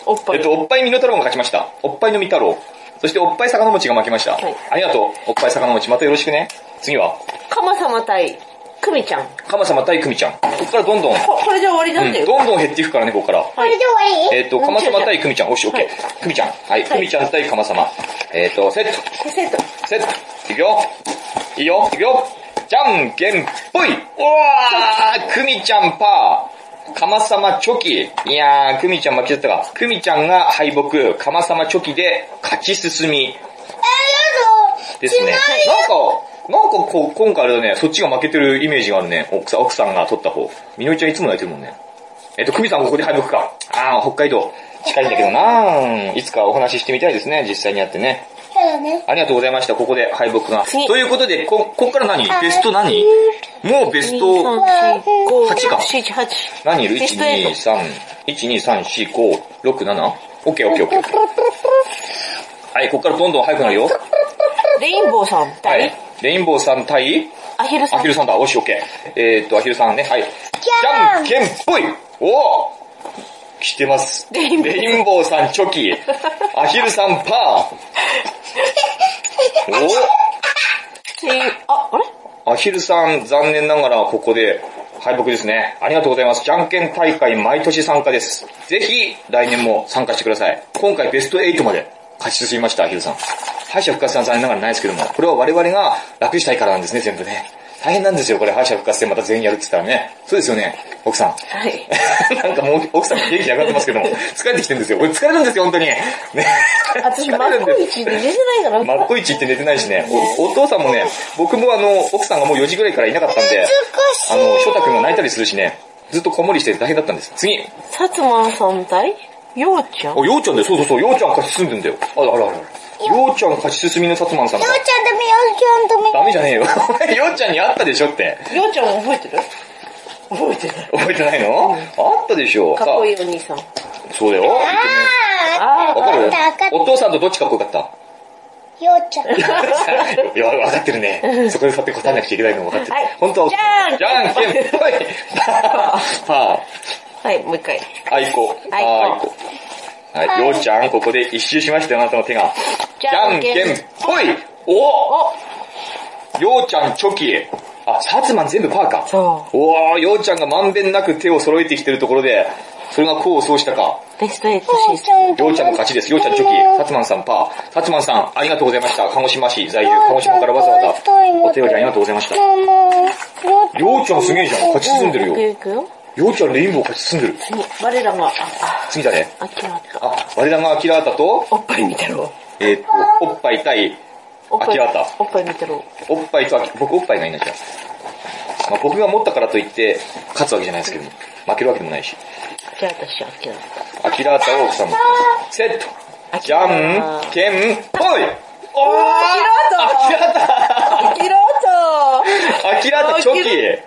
C: おっぱ
A: え
C: い。
A: っと、おっぱいミノ太郎が勝ちました。おっぱいのミ太郎。そして、おっぱい魚餅が負けました。
C: はい
A: ありがとう。おっぱい魚餅、またよろしくね。次は、
C: かまさま対、くみちゃん。
A: カマ様対クミちゃん。ここからどんどん、
C: ここれじゃ終わりなんだ
A: うん
C: よ。
A: どんどん減っていくからね、ここから。
B: これで終わり
A: えっ、と、
C: うん
A: カマ様
C: 違う
A: 対クミちゃん。おし、オッ
C: は
A: ケ
C: い
A: ー。クミちゃん。はい。
C: はい
A: クミちゃん対カマ様。えっ、と、セット、
C: これセット。
A: セット。いくよ。いいよ、いくよ。じゃんけんぽいおわークミちゃんパー。カマ様チョキ。いやー、クミちゃん負けちゃったか。クミちゃんが敗北。カマ様チョキで勝ち進み。
B: えー、やだ
A: ですね。なんか、なんかこう、今回あれだね、そっちが負けてるイメージがあるね。奥さん、奥さんが取った方。みのりちゃんいつも泣いてるもんね。えっと、久美さんここで敗北か。ああ、北海道。近いんだけどなぁ。いつかお話ししてみたいですね、実際に会ってね。
B: そうだね。
A: ありがとうございました、ここで敗北が。
C: 次
A: ということで、こ、こっから何ベスト何もうベス
C: 1
A: ト、
B: 三四五
A: 八か
C: 7、8。
A: 何いる
C: ベストエイ
A: ?1、2、
C: ト
A: 3、1、2、3、4、5、6、7? オッケーオッケーオッケー。はい、こっからどんどん早くなるよ。
C: レインボーさん
A: は
C: 対、
A: い。レインボーさん対
C: アヒルさ
A: ア
C: ん
A: ヒ。ルさんだ、おし、オッケー。えーっと、アヒルさんね、はい。じゃ
B: ゃ
A: ん
B: ん
A: けんぽいおー来てます。
C: レインボー
A: レインボーさんチョキ。アヒルさんパー。
C: 全員あ、あれ
A: おーアヒルさん残念ながらここで敗北ですね。ありがとうございます。じゃんけん大会毎年参加です。ぜひ来年も参加してください。今回ベスト8まで勝ち進みました、アヒルさん。敗者復活戦は残念ながらないですけども、これは我々が楽したいからなんですね、全部ね。大変なんですよ、これ敗者復活戦また全員やるって言ったらね。そうですよね、奥さん。
C: はい。
A: なんかもう奥さんが元気なくなってますけども、疲れてきてるんですよ。俺疲れるんですよ、本当に。ね。
C: 私、マ
A: 疲れる
C: ッ
A: ん
C: コ
A: で
C: イ
A: す。
C: チで出てないから。
A: マッコイチ行って寝てないしね。おお父さんもね、僕もあの、奥さんがもう4時ぐらいからいなかったんで、あの、翔太くんが泣いたりするしね、ずっとこもりして大変だったんです。次。
C: さつまさん対、ようちゃん。
A: お、ようちゃんだよ。そうそうそう、ようちゃん勝ち進んでんだよ。あらあらあら。ようちゃん勝ち進みの薩摩さんだ
B: よ。うちゃんダメ、ようちゃんダメ。
A: ダメじゃねえよ。 ようちゃんに会ったでしょって。
C: ようちゃん覚えてる覚えてない。
A: 覚えてないのあったでしょ。
C: かっこいいお兄さん。
A: さあそうだよ。イケメ
B: あ
A: ンわ
B: ー、
A: か
B: わか
A: る
B: った、わかっ
A: お父さんとどっちかっこよかった
B: た。ようちゃん。
A: いや、分かってるね。そこで立って答えなくちゃいけないのも分かってる。
C: はい
A: 本当
C: じゃん
A: じゃんけんぽいパ
C: はい、もう一回。
A: ー、あいこ。
C: あいこ
A: あいこ。はい、ようちゃん、ここで一周しましたよ、あなたの手が。じ
C: じ
A: ゃ
C: ゃ
A: ん
C: ん
A: け
C: けん
A: んぽいお
C: お
A: ようちゃん、チョキ。あ、サツマン全部パーか。。
C: そう
A: わー、ようちゃんがまんべんなく手を揃えてきてるところで、それが功を奏したか。
C: ベスト8
B: よ
C: 進
B: う
C: 出
B: ち。ゃ
A: よ
B: ん
A: うちゃんの勝ちです。ようちゃんチョキ。さつまんさんパー。さつまんさん、ありがとうございました。鹿児島市在住、鹿児島からわざわざお手寄りありがとうございました。
B: ママ、よう
A: ようちゃんすげえじゃん。勝ち進んでるよ。
C: いくよ。
A: ようちゃんレインボー勝ち進んでる。
C: 次、我らが、あ、
A: 次だね。
C: あ、諦めた。
A: あ、我らがアキラータと、
C: おっぱい見てろ。
A: えっ、と、おっぱい対、
C: おっぱい
A: アキラータ。
C: おっぱい見てろ。
A: おっぱいとアキ、僕おっぱいがいないじゃん。まあ、僕が持ったからといって、勝つわけじゃないですけども。負けるわけでもないし。
C: じゃあ私、アキラータ。
A: アキラータを奥さんも。セット。
C: あき
A: じゃ
C: ら
A: んけんぽいおー
C: あ
A: あ
C: き
A: き
C: ら
A: らだ
C: あきろと
A: あきらってチョキ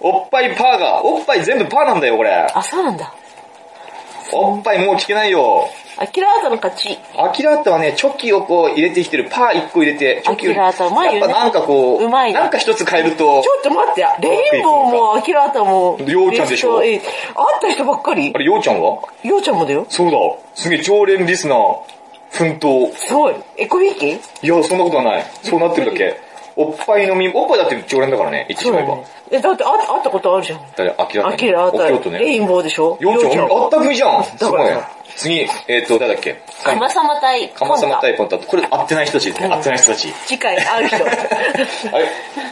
A: おっぱいパーが、おっぱい全部パーなんだよ、これ。
C: あ、そうなんだ。
A: おっぱいもう聞けないよ。
C: アキラートの勝ち。
A: アキラータはね、チョキをこう入れてきてる、パー1個入れて、チョキを
C: アキラータうまいよね
A: やっぱなんかこう、
C: うまいね
A: なんか一つ変えると
C: ち、ょっと待って、レインボーもアキラートも。
A: ようちゃんでしょ
C: ベスト8会った人ばっかり
A: あ。れ、ようちゃんは
C: ようちゃんもだよ。
A: そうだ。すげえ常連リスナー、奮闘。
C: すごい。エコビーキ
A: いや、そんなことはない。そうなってるだけ。おっぱい飲み、おっぱいだって常連だからね、言ってしまえば。
C: え、だってあ会ったことあるじゃん。
A: 誰、アキラータに。
C: アキラー
A: お京
C: ト、
A: 都ね。
C: レインボーでしょ
A: ようちゃん、あったくいじゃん。す
C: だか
A: ご
C: ら
A: い。次、えっ、と、誰だっけ
C: かまさま対。
A: かまさま
C: イ
A: 対ポンタ。これ、合ってない人たちですね。合ってない人た ち。
C: 次回会 う人。
A: はい。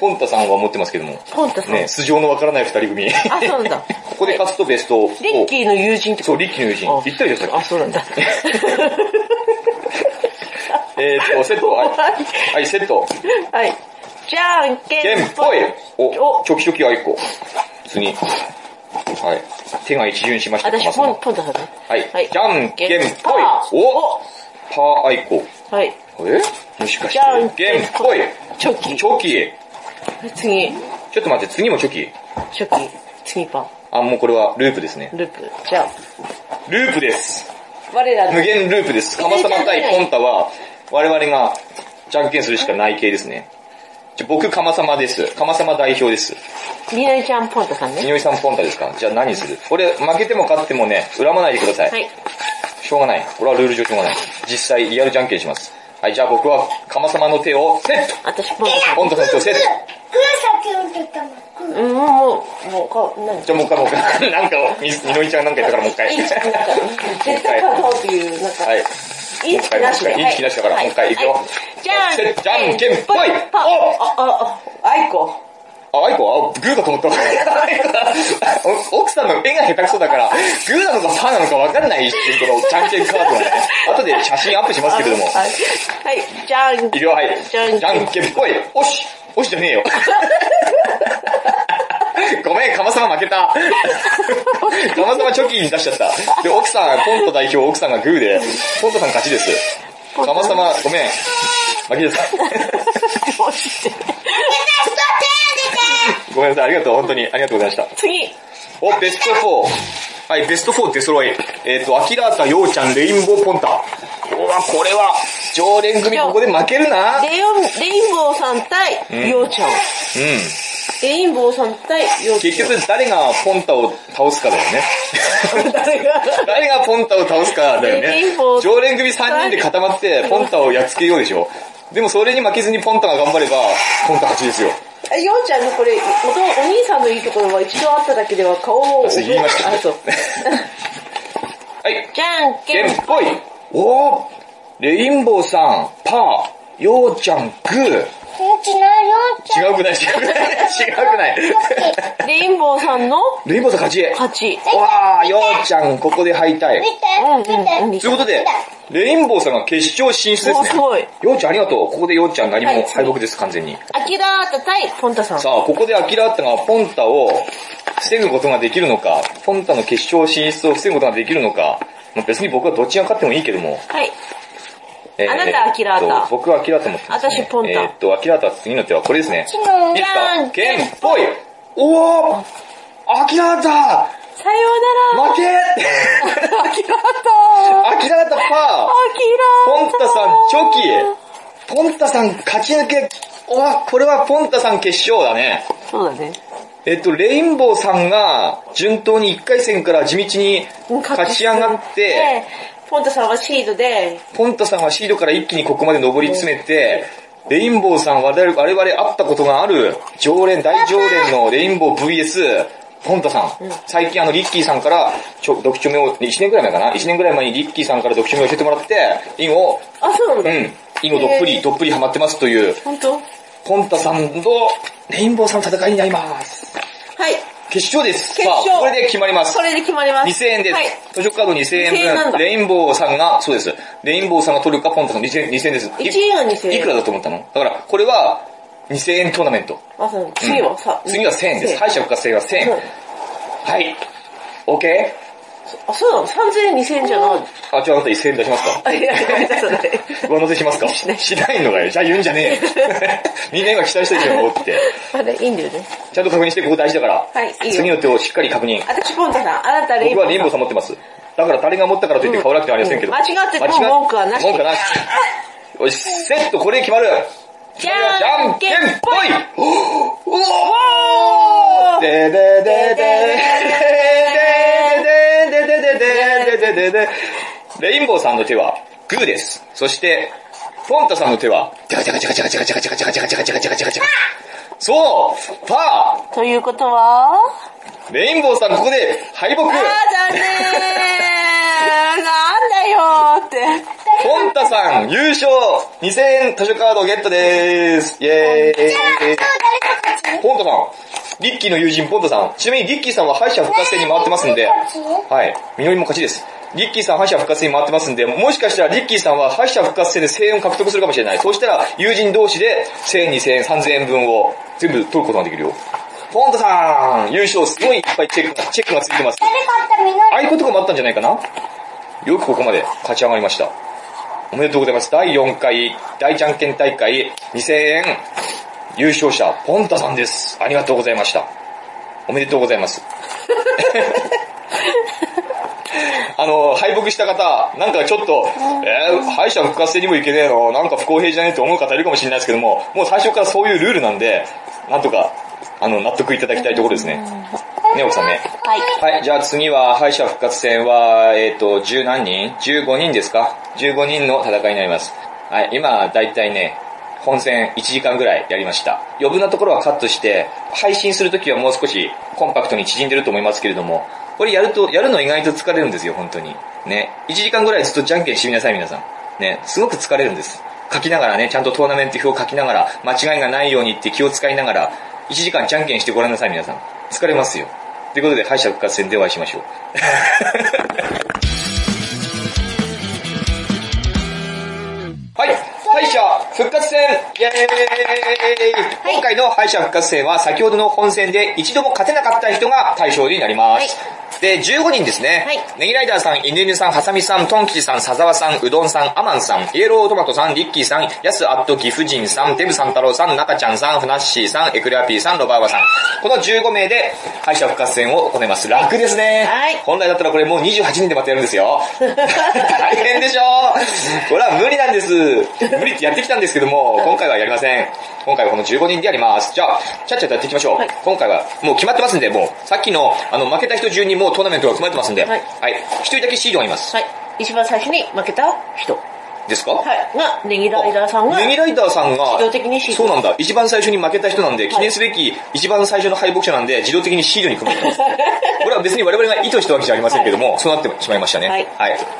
A: ポンタさんは持ってますけども。
C: ポンタさん。
A: ね、素性のわからない二人組。
C: あ、そうなんだ。
A: ここで勝つとベスト4。
C: リッキーの友人って
A: そう、
C: リ
A: リッキーの友人。ぴったりでした
C: あ、そう なんだ。
A: えっ、と、セット。はい、はい、セット。
C: はい。じゃんけ
A: ゲ
C: ん
A: ンぽいお、
C: お
A: チョキチョキは1個。次。はい。手が一巡しました、
C: 私、
A: さ
C: ポ
A: ま
C: ン、。ポンタさんね。
A: はい。じゃんけんぽい
C: お
A: おパーアイコ。
C: はい。
A: えもしかし
C: じゃん
A: て、
C: け
A: ゲ
C: ん
A: ンぽい
C: チョキ。
A: チョキ。
C: 次、
A: ちょっと待って、次もチョキ。
C: チョキ。次パ
A: あ、もうこれはループですね
C: ン。。ループ。じゃあ、
A: ループです。
C: 我ら
A: 無
C: の。
A: 限ループです。かまさま対ポンタは、我々がじゃんけんするしかない系ですね。じゃ僕、かまさまです。かまさま代表です。
C: みのりちゃん、ポンタさん
A: み
C: ね。
A: のりさんポンタですかじゃあ何する俺、負けても勝ってもね、恨まないでください。
C: はい。
A: しょうがない。これはルール上しょうがない。実際、リアルじゃんけんします。はい、じゃあ僕は、かまさまの手を、セット
C: 私、ポンタさん。
A: ポンタさんの手を
B: グ
A: セ
B: ー
A: ット、
B: グー先を取ったの。グー。
C: うん、もう、もう、か、何
A: じゃあもう一回もう一回、 なんか、み、みのりちゃんなんか言ったからもう一回。
C: インチキなんか、絶対勝とうっていう、なんか、
A: はい。
C: インチキなしで。
A: インチキなしだから
C: はい
A: もう一回いくよ
C: はじゃん
A: せじゃんけんぽい
C: パン
A: お
C: あ、あ、あ、あいこ。
A: あ、アイコ、あ、グーだと思った。お奥さんの絵が下手くそだから、グーなのかパーなのかわかんないっていうこのじゃんけんカードがね、後で写真アップしますけれども。
C: はい。はいじゃん。
A: いるよ、はい。
C: じ
A: じ
C: ゃ
A: ゃ
C: んけん
A: んけんぽい。おし、おしじゃねえよ。 ごめん、かまさま負けた。 かまさまチョキ出しちゃった。で、奥さん、ポント代表、奥さんがグーで、ポントさん勝ちです。
C: ポント
A: かまさま、ごめん。負けです。
C: 押し
B: 私
C: て
B: と手を出て
A: ごめんなさい、ありがとう、本当に。ありがとうございました。
C: 次。
A: お、ベスト4。はい、ベスト4出揃い。えっ、と、アキラータ、ヨウちゃん、レインボーポンタ。うわ、これは、常連組ここで負けるな。うん。
C: レヨン、レインボーさん対、ようちゃん。レインボーさん対、ようちゃん。
A: 結局、誰がポンタを倒すかだよ ね。
C: 誰が
A: 誰がポンタを倒すかだよ
C: レイン
A: ね
C: ボー。
A: 常連組3人で固まって、ポンタをやっつけようでしょ。でもそれに負けずにポンタが頑張れば、ポンタ勝ちですよ。
C: あようちゃんのこれ、お父お兄さんのいいところは一度会っただけでは顔を。
A: そう言いました
C: あ、そう。
A: はい、
C: じゃんけ
A: ゲ
C: ん。
A: ームぽいおーレインボーさん、パー、ようちゃん、グー。
B: うんちのようちゃん。
A: 違うくない違うくない違うくな い
C: レインボーさんの
A: レインボーさん勝ち。
C: 勝ち。
A: わー、ようちゃん、ここで敗退
B: 見。て、見て。
C: うんうんうん
A: ということで、レインボーさんが決勝進出です
C: お
A: ね。
C: すごい。
A: ようちゃんありがとう。ここでようちゃん何
C: はい
A: も敗北です、完全に。
C: アキラータ対ポンタさん。
A: さあ、ここでアキラータがポンタを防ぐことができるのか、ポンタの決勝進出を防ぐことができるのか、まあ別に僕はどっちが勝ってもいいけども。
C: はい。
A: え
C: あなたアキラータ
A: えっと僕はアキラータ持ってます、ね。
C: 私ポンタ
A: えーっと、アキラータ次の手はこれですね。
B: ちの
A: いいです
C: じゃん
A: か剣っぽいおーアキラータ
C: さようなら。
A: 負け
C: アキラータ。
A: アキラータパー
C: アキラー
A: ポンタさんチョキポンタさん勝ち抜けおーこれはポンタさん決勝だね。
C: そうだね。
A: えっと、レインボーさんが順当に1回戦から地道に勝ち上がって、、
C: ポンタさんはシードで、
A: ポンタさんはシードから一気にここまで上り詰めて、レインボーさん我々我々会ったことがある常連、大常連のレインボー VS、ポンタさん。最近あの、リッキーさんから、ちょ、読書名を、1年ぐらい前かな ?1 年ぐらい前にリッキーさんから読書名を教えてもらって、インを、
C: あ、そうなん
A: う
C: だ。
A: ん、インをどっぷ
C: へ
A: り、
C: ー
A: どっぷりハマってますという、
C: 本当はい。
A: ポンタさんとレインボーさんの戦いになります。決勝です。
C: 決勝
A: さあこれで決まります
C: そ。れで決まります。
A: 2000円です。
C: はい。
A: 図書カード2000円
C: 2000円なんだ
A: 分。レインボーさんが、そうです。レインボーさんが取るか、ポンタさん2000 2000円です。い
C: 1円が2000円。
A: いくらだと思ったのだから、これは2000円トーナメント。
C: あ、そう次はさ、
A: 次は1000円です。
C: は
A: 敗
C: い。
A: 者復活戦は1000円。はい。OK?
C: あ、そうなの ?3000 円、2000円じゃない
A: あ、じゃああなた1000円出しますか
C: あいやいやいやそうだね
A: 上乗せしますか
C: しない
A: しないのかよ。じゃあ言うんじゃね えよ。 みんな今期待してるじゃん、おって。
C: あれ、いいんだよね。
A: ちゃんと確認して、ここ大事だから。
C: はいいいよ
A: 次の手をしっかり確認。
C: 私、ポンタさん、あなたレイ
A: 僕
C: ボー
A: はレインボーさん持ってます。だから誰が持ったからといって買わなくてはありませんけど。
C: うん間違ってても
A: 間
C: 文句はなし
A: 文句はなし。よし、セットこれで決まる。
C: じゃんけんぽい
A: ぽいうおーでででででででででででででレインボーさんの手はグーです。そして、ポンタさんの手は、チャカチャカチャカチャカチャカチャカチャカチャカチャカチャカチャカチャカそうパ
C: ということは
A: ーレインボーさんここで敗北
C: あー、残念なんだよーって。
A: ポンタさん、優勝 !2000 円図書カードゲットでーすイェーイ
B: 誰が勝ち
A: ポンタさん、リッキーの友人ポンタさん、ちなみにリッキーさんは敗者復活戦に回ってますんで、はい、みのりも勝ちです。リッキーさん敗者復活戦に回ってますんで、もしかしたらリッキーさんは敗者復活戦で1000円を獲得するかもしれない。そうしたら友人同士で1000円、2000円、3000円分を全部取ることができるよ。ポンタさん、優勝すごいいっぱいチェックが、チェックがついてます。
B: 誰勝ったみん
A: あ
B: な
A: あいうこともあったんじゃないかなよくここまで勝ち上がりました。おめでとうございます。第4回大じゃんけん大会2000円優勝者ポンタさんです。ありがとうございました。おめでとうございます。 あの、敗北した方、なんかちょっと、えー、敗者復活戦にもいけねえの、なんか不公平じゃねえと思う方いるかもしれないですけども、もう最初からそういうルールなんで、なんとか、あの、納得いただきたいところですね。ね、奥さんね。
C: はい。
A: はい、じゃあ次は敗者復活戦は、えっ、と、十何人 ?15 人ですか ?15 人の戦いになります。はい、今、だいたいね、本戦1時間ぐらいやりました。余分なところはカットして、配信するときはもう少しコンパクトに縮んでると思いますけれども、これやると、やるの意外と疲れるんですよ、本当に。ね、1時間ぐらいずっとじゃんけんしてみなさい、皆さん。ね、すごく疲れるんです。書きながらね、ちゃんとトーナメント表を書きながら、間違いがないようにって気を使いながら、1時間じゃんけんしてごらんなさい、皆さん。疲れますよ。ということで、敗者復活戦でお会いしましょう。はい。敗者復活戦イェーイ今回の敗者復活戦は先ほどの本戦で一度も勝てなかった人が対象になります。で、15人ですね。
C: はい
A: ネギライダーさん、犬犬さん、ハサミさん、トンキチさん、サザワさん、うどんさん、アマンさん、イエロートマトさん、リッキーさん、ヤスアットギフジンさん、デブさん、太郎さん、中ちゃんさん、フナッシーさん、エクレアピーさん、ロバーバさん。この15名で敗者復活戦を行います。楽ですね。
C: はい
A: 本来だったらこれもう28人でまたやるんですよ。大変でしょこれは無理なんです。無理ってやってきたんですけども、今回はやりません。今回はこの15人でやります。じゃあ、ちゃっちゃとやっていきましょう。
C: はい
A: 今回はもう決まってますんで、もう、さっきの、あの、負けた人順にもうトーナメントが組まれてますんで、は
C: はいい。
A: 一人だけシードがいます。
C: はい。一番最初に負けた人。
A: ですか
C: はい。が、ネギライダーさんが、
A: ネギライダーさんが、
C: 自動的にシード
A: そうなんだ。一番最初に負けた人なんで、記念すべき一番最初の敗北者なんで、自動的にシードに組まれてます。これは別に我々が意図したわけじゃありませんけども、そうなってしまいましたね。
C: はい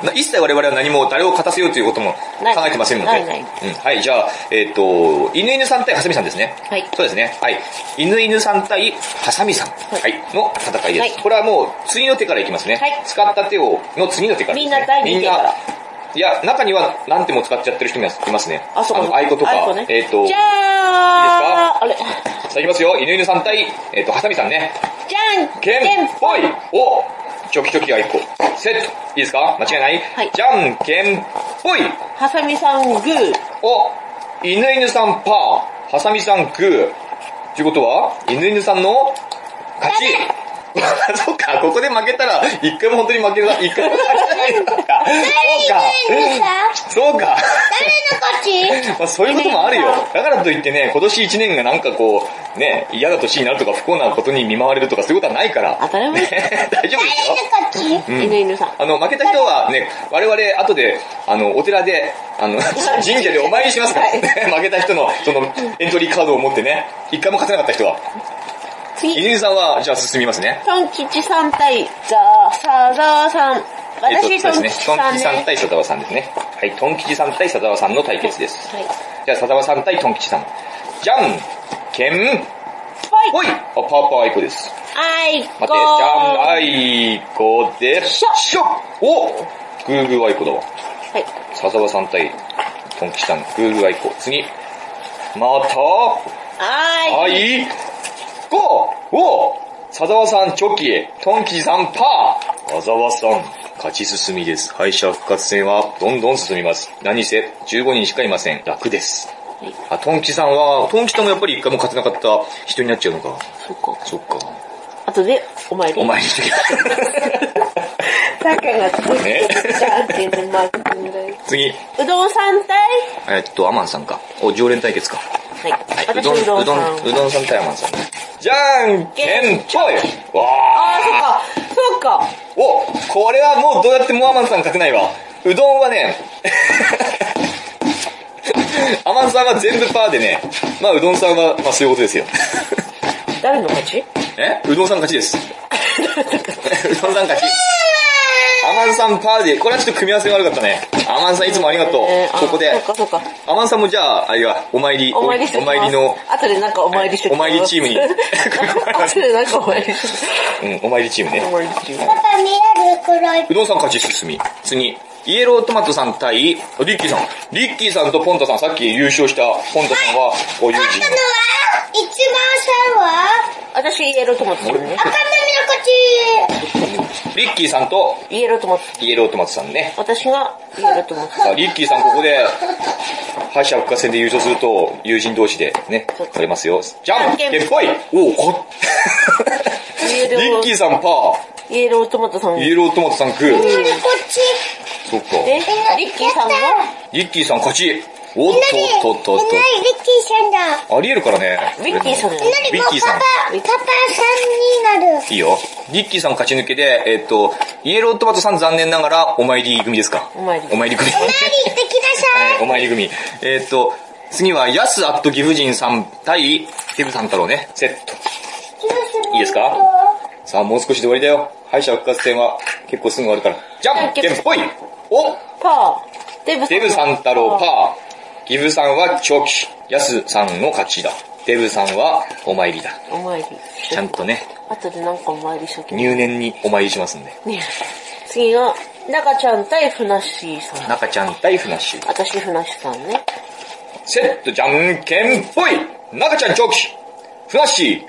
A: な一切我々は何も誰を勝たせようということも
C: ない
A: 考えてませんので。
C: ないない
A: うんはい、じゃあ、えっ、と、犬犬さん対ハサミさんですね。
C: はい
A: そうですね。はい。犬犬さん対ハサミさん。はいい。の戦いです。
C: はい
A: これはもう、次の手からいきますね。
C: はい
A: 使った手を、の次の手からですね。
C: みんな第二手から
A: みんないや、中には何手も使っちゃってる人もいますね。
C: あ、そこ
A: の、アイコとか。
C: ね。
A: えっ、と、
C: じ
A: じ
C: ゃ
A: ゃ
C: ああれ。
A: あいきますよ。犬犬さん対、えっ、と、ハサミさんね。
C: じゃん
A: け
C: けん
A: んぽいおチョキチョキが1個。セットいいですか間違いない、
C: はい
A: じゃんけんぽい
C: ハサミさんグー。
A: お犬犬さんパー、ハサミさんグー。ということは、犬犬さんの勝ち そうか、ここで負けたら、一回も本当に負けた、一回も勝てないのか。そうか。
B: 誰が勝
A: そうか。
B: ち
A: まあ、そういうこともあるよ。だからといってね、今年1年がなんかこう、ね、嫌な年になるとか不幸なことに見舞われるとかそういうことはないから。
C: 当たり前
A: 大丈夫ですよ。
B: 誰が勝ち
A: うん
C: 犬犬さん。
A: あの、負けた人はね、我々後で、あの、お寺で、あ の、神社でお参りしますから、
C: はい
A: 負けた人の、その、エントリーカードを持ってね、一回も勝てなかった人は。
C: 次、
A: 犬さんは、じゃあ進みますね。
C: トン吉さん対ザー、サザワさん。
A: えっ
C: 私、
A: と
C: ト
A: そう
C: ン
A: で
C: 吉
A: すね。トン
C: さん
A: 吉
C: ね。
A: さん対佐沢さんですね。はい、トン吉さん対佐沢さんの対決です。
C: はい。
A: じゃあ佐沢さん対トン吉さん。じゃんけん
C: スパイ
A: ほいあ、パーパーアイコです。
C: アイ
A: 待って、じゃん、
C: ゴー
A: あいこで、
C: しょ
A: しょおグーグーアイコだわ。
C: はい。
A: 笹場さん対、トンキさん、グーグーアイコ。次。また、
C: ア
A: あ
C: イ
A: いこお佐沢さんチョキ、トンキさんパー。和沢さん、勝ち進みです。敗者復活戦はどんどん進みます。何せ15人しかいません。楽です。あ、トンキさんは、トンキさんもやっぱり一回も勝てなかった人になっちゃうのか。
C: そっか。
A: そっか。
C: あとで、お前で。
A: お。前にして
C: さっきが作っ
A: ね
C: てじゃんけんで負けんだよ。
A: 次、
C: うどんさん対
A: えっと、アマンさんか。お、常連対決か。
C: はい。
A: はい、う
C: 私
A: どん、
C: う
A: うどん、
C: ど
A: うん
C: さん。
A: どんさん対アマンさんね。じゃんけんぽいわ
C: ああ、そっか。そっか。
A: ーお、これはもうどうやってもアマンさん勝てないわ。うどんはね、 アマンさんは全部パーでね、まあうどんさんは、まあそういうことですよ。
C: 誰の勝ち
A: えうどんさん勝ちです。 うどんさん勝ち。アマンさんパーで、これはちょっと組み合わせが悪かったね。アマンさんいつもありがとう
C: えー。あー
A: ここで
C: そっ、かそっか。
A: アマンさんもじゃあ、あれが、お参り、
C: お参りして
A: お参りの、
C: あとでなんかお参りして
A: お参りチー ムに
C: あとでなんかお参りして
A: うん、 お参りチームね
C: お。参りチーム。
B: パパ見える黒いう
A: どんさん勝ち進み。次、イエロートマトさん対、リッキーさん。リッキーさんとポンタさん、さっき優勝したポンタさんは、ご友人。
B: 勝ったのは一番さんは
C: 私、イエロートマトさんね。
B: 赤波の勝ち
A: リッキーさんと、
C: イエロートマト。
A: イエロートマトさんね。
C: 私がイエロートマト。
A: さあ、リッキーさんここで、敗者復活戦で優勝すると、友人同士でね、取れますよ。じゃんけんぽいおうこ
C: イエ
A: リ
C: ロー
A: ッキーさんパ
C: イエロートマトさん。
A: ー、イ
C: で、
A: エロートマトさんグー。
B: みんなこっち
A: そっか。
C: リッキーさんが、
A: リッキーさん勝ち。おっ
B: みんなで
A: とっとっとっ
B: みんなでリッキーさんだ
A: と。ありえるからね。
C: リッキーさんだよ
B: みんなで
A: リ
B: も
A: ッキー
B: うパ
A: さん
B: パ。パパさんになる
A: いいよ。リッキーさん勝ち抜けで、えっ、と、イエロートマトさん残念ながらお参り組ですか。
C: お参り
A: お参り組。
B: お参り行ってきなさい
A: はいお参り組。えっ、と、次は、ヤスアットギフ人さん対、テブさん太郎ね。セット。いいですかさあ、もう少しで終わりだよ。敗者復活戦は結構すぐ終わるから。じゃんけんぽいお
C: パー、デブさん。
A: デブさん太郎パー。ギブさんは長期。ヤスさんの勝ちだ。デブさんはお参りだ。
C: ー。お参り。
A: ちゃんとね、
C: あとでなんかお参りしときね。
A: 入念にお参りしますんで。
C: 次が、中ちゃん対ふなっしーさん。
A: 中ちゃん対フナッシュ。
C: 私、ふなっしーさんね。
A: セットじゃんけんぽい中ちゃん長期ふなっし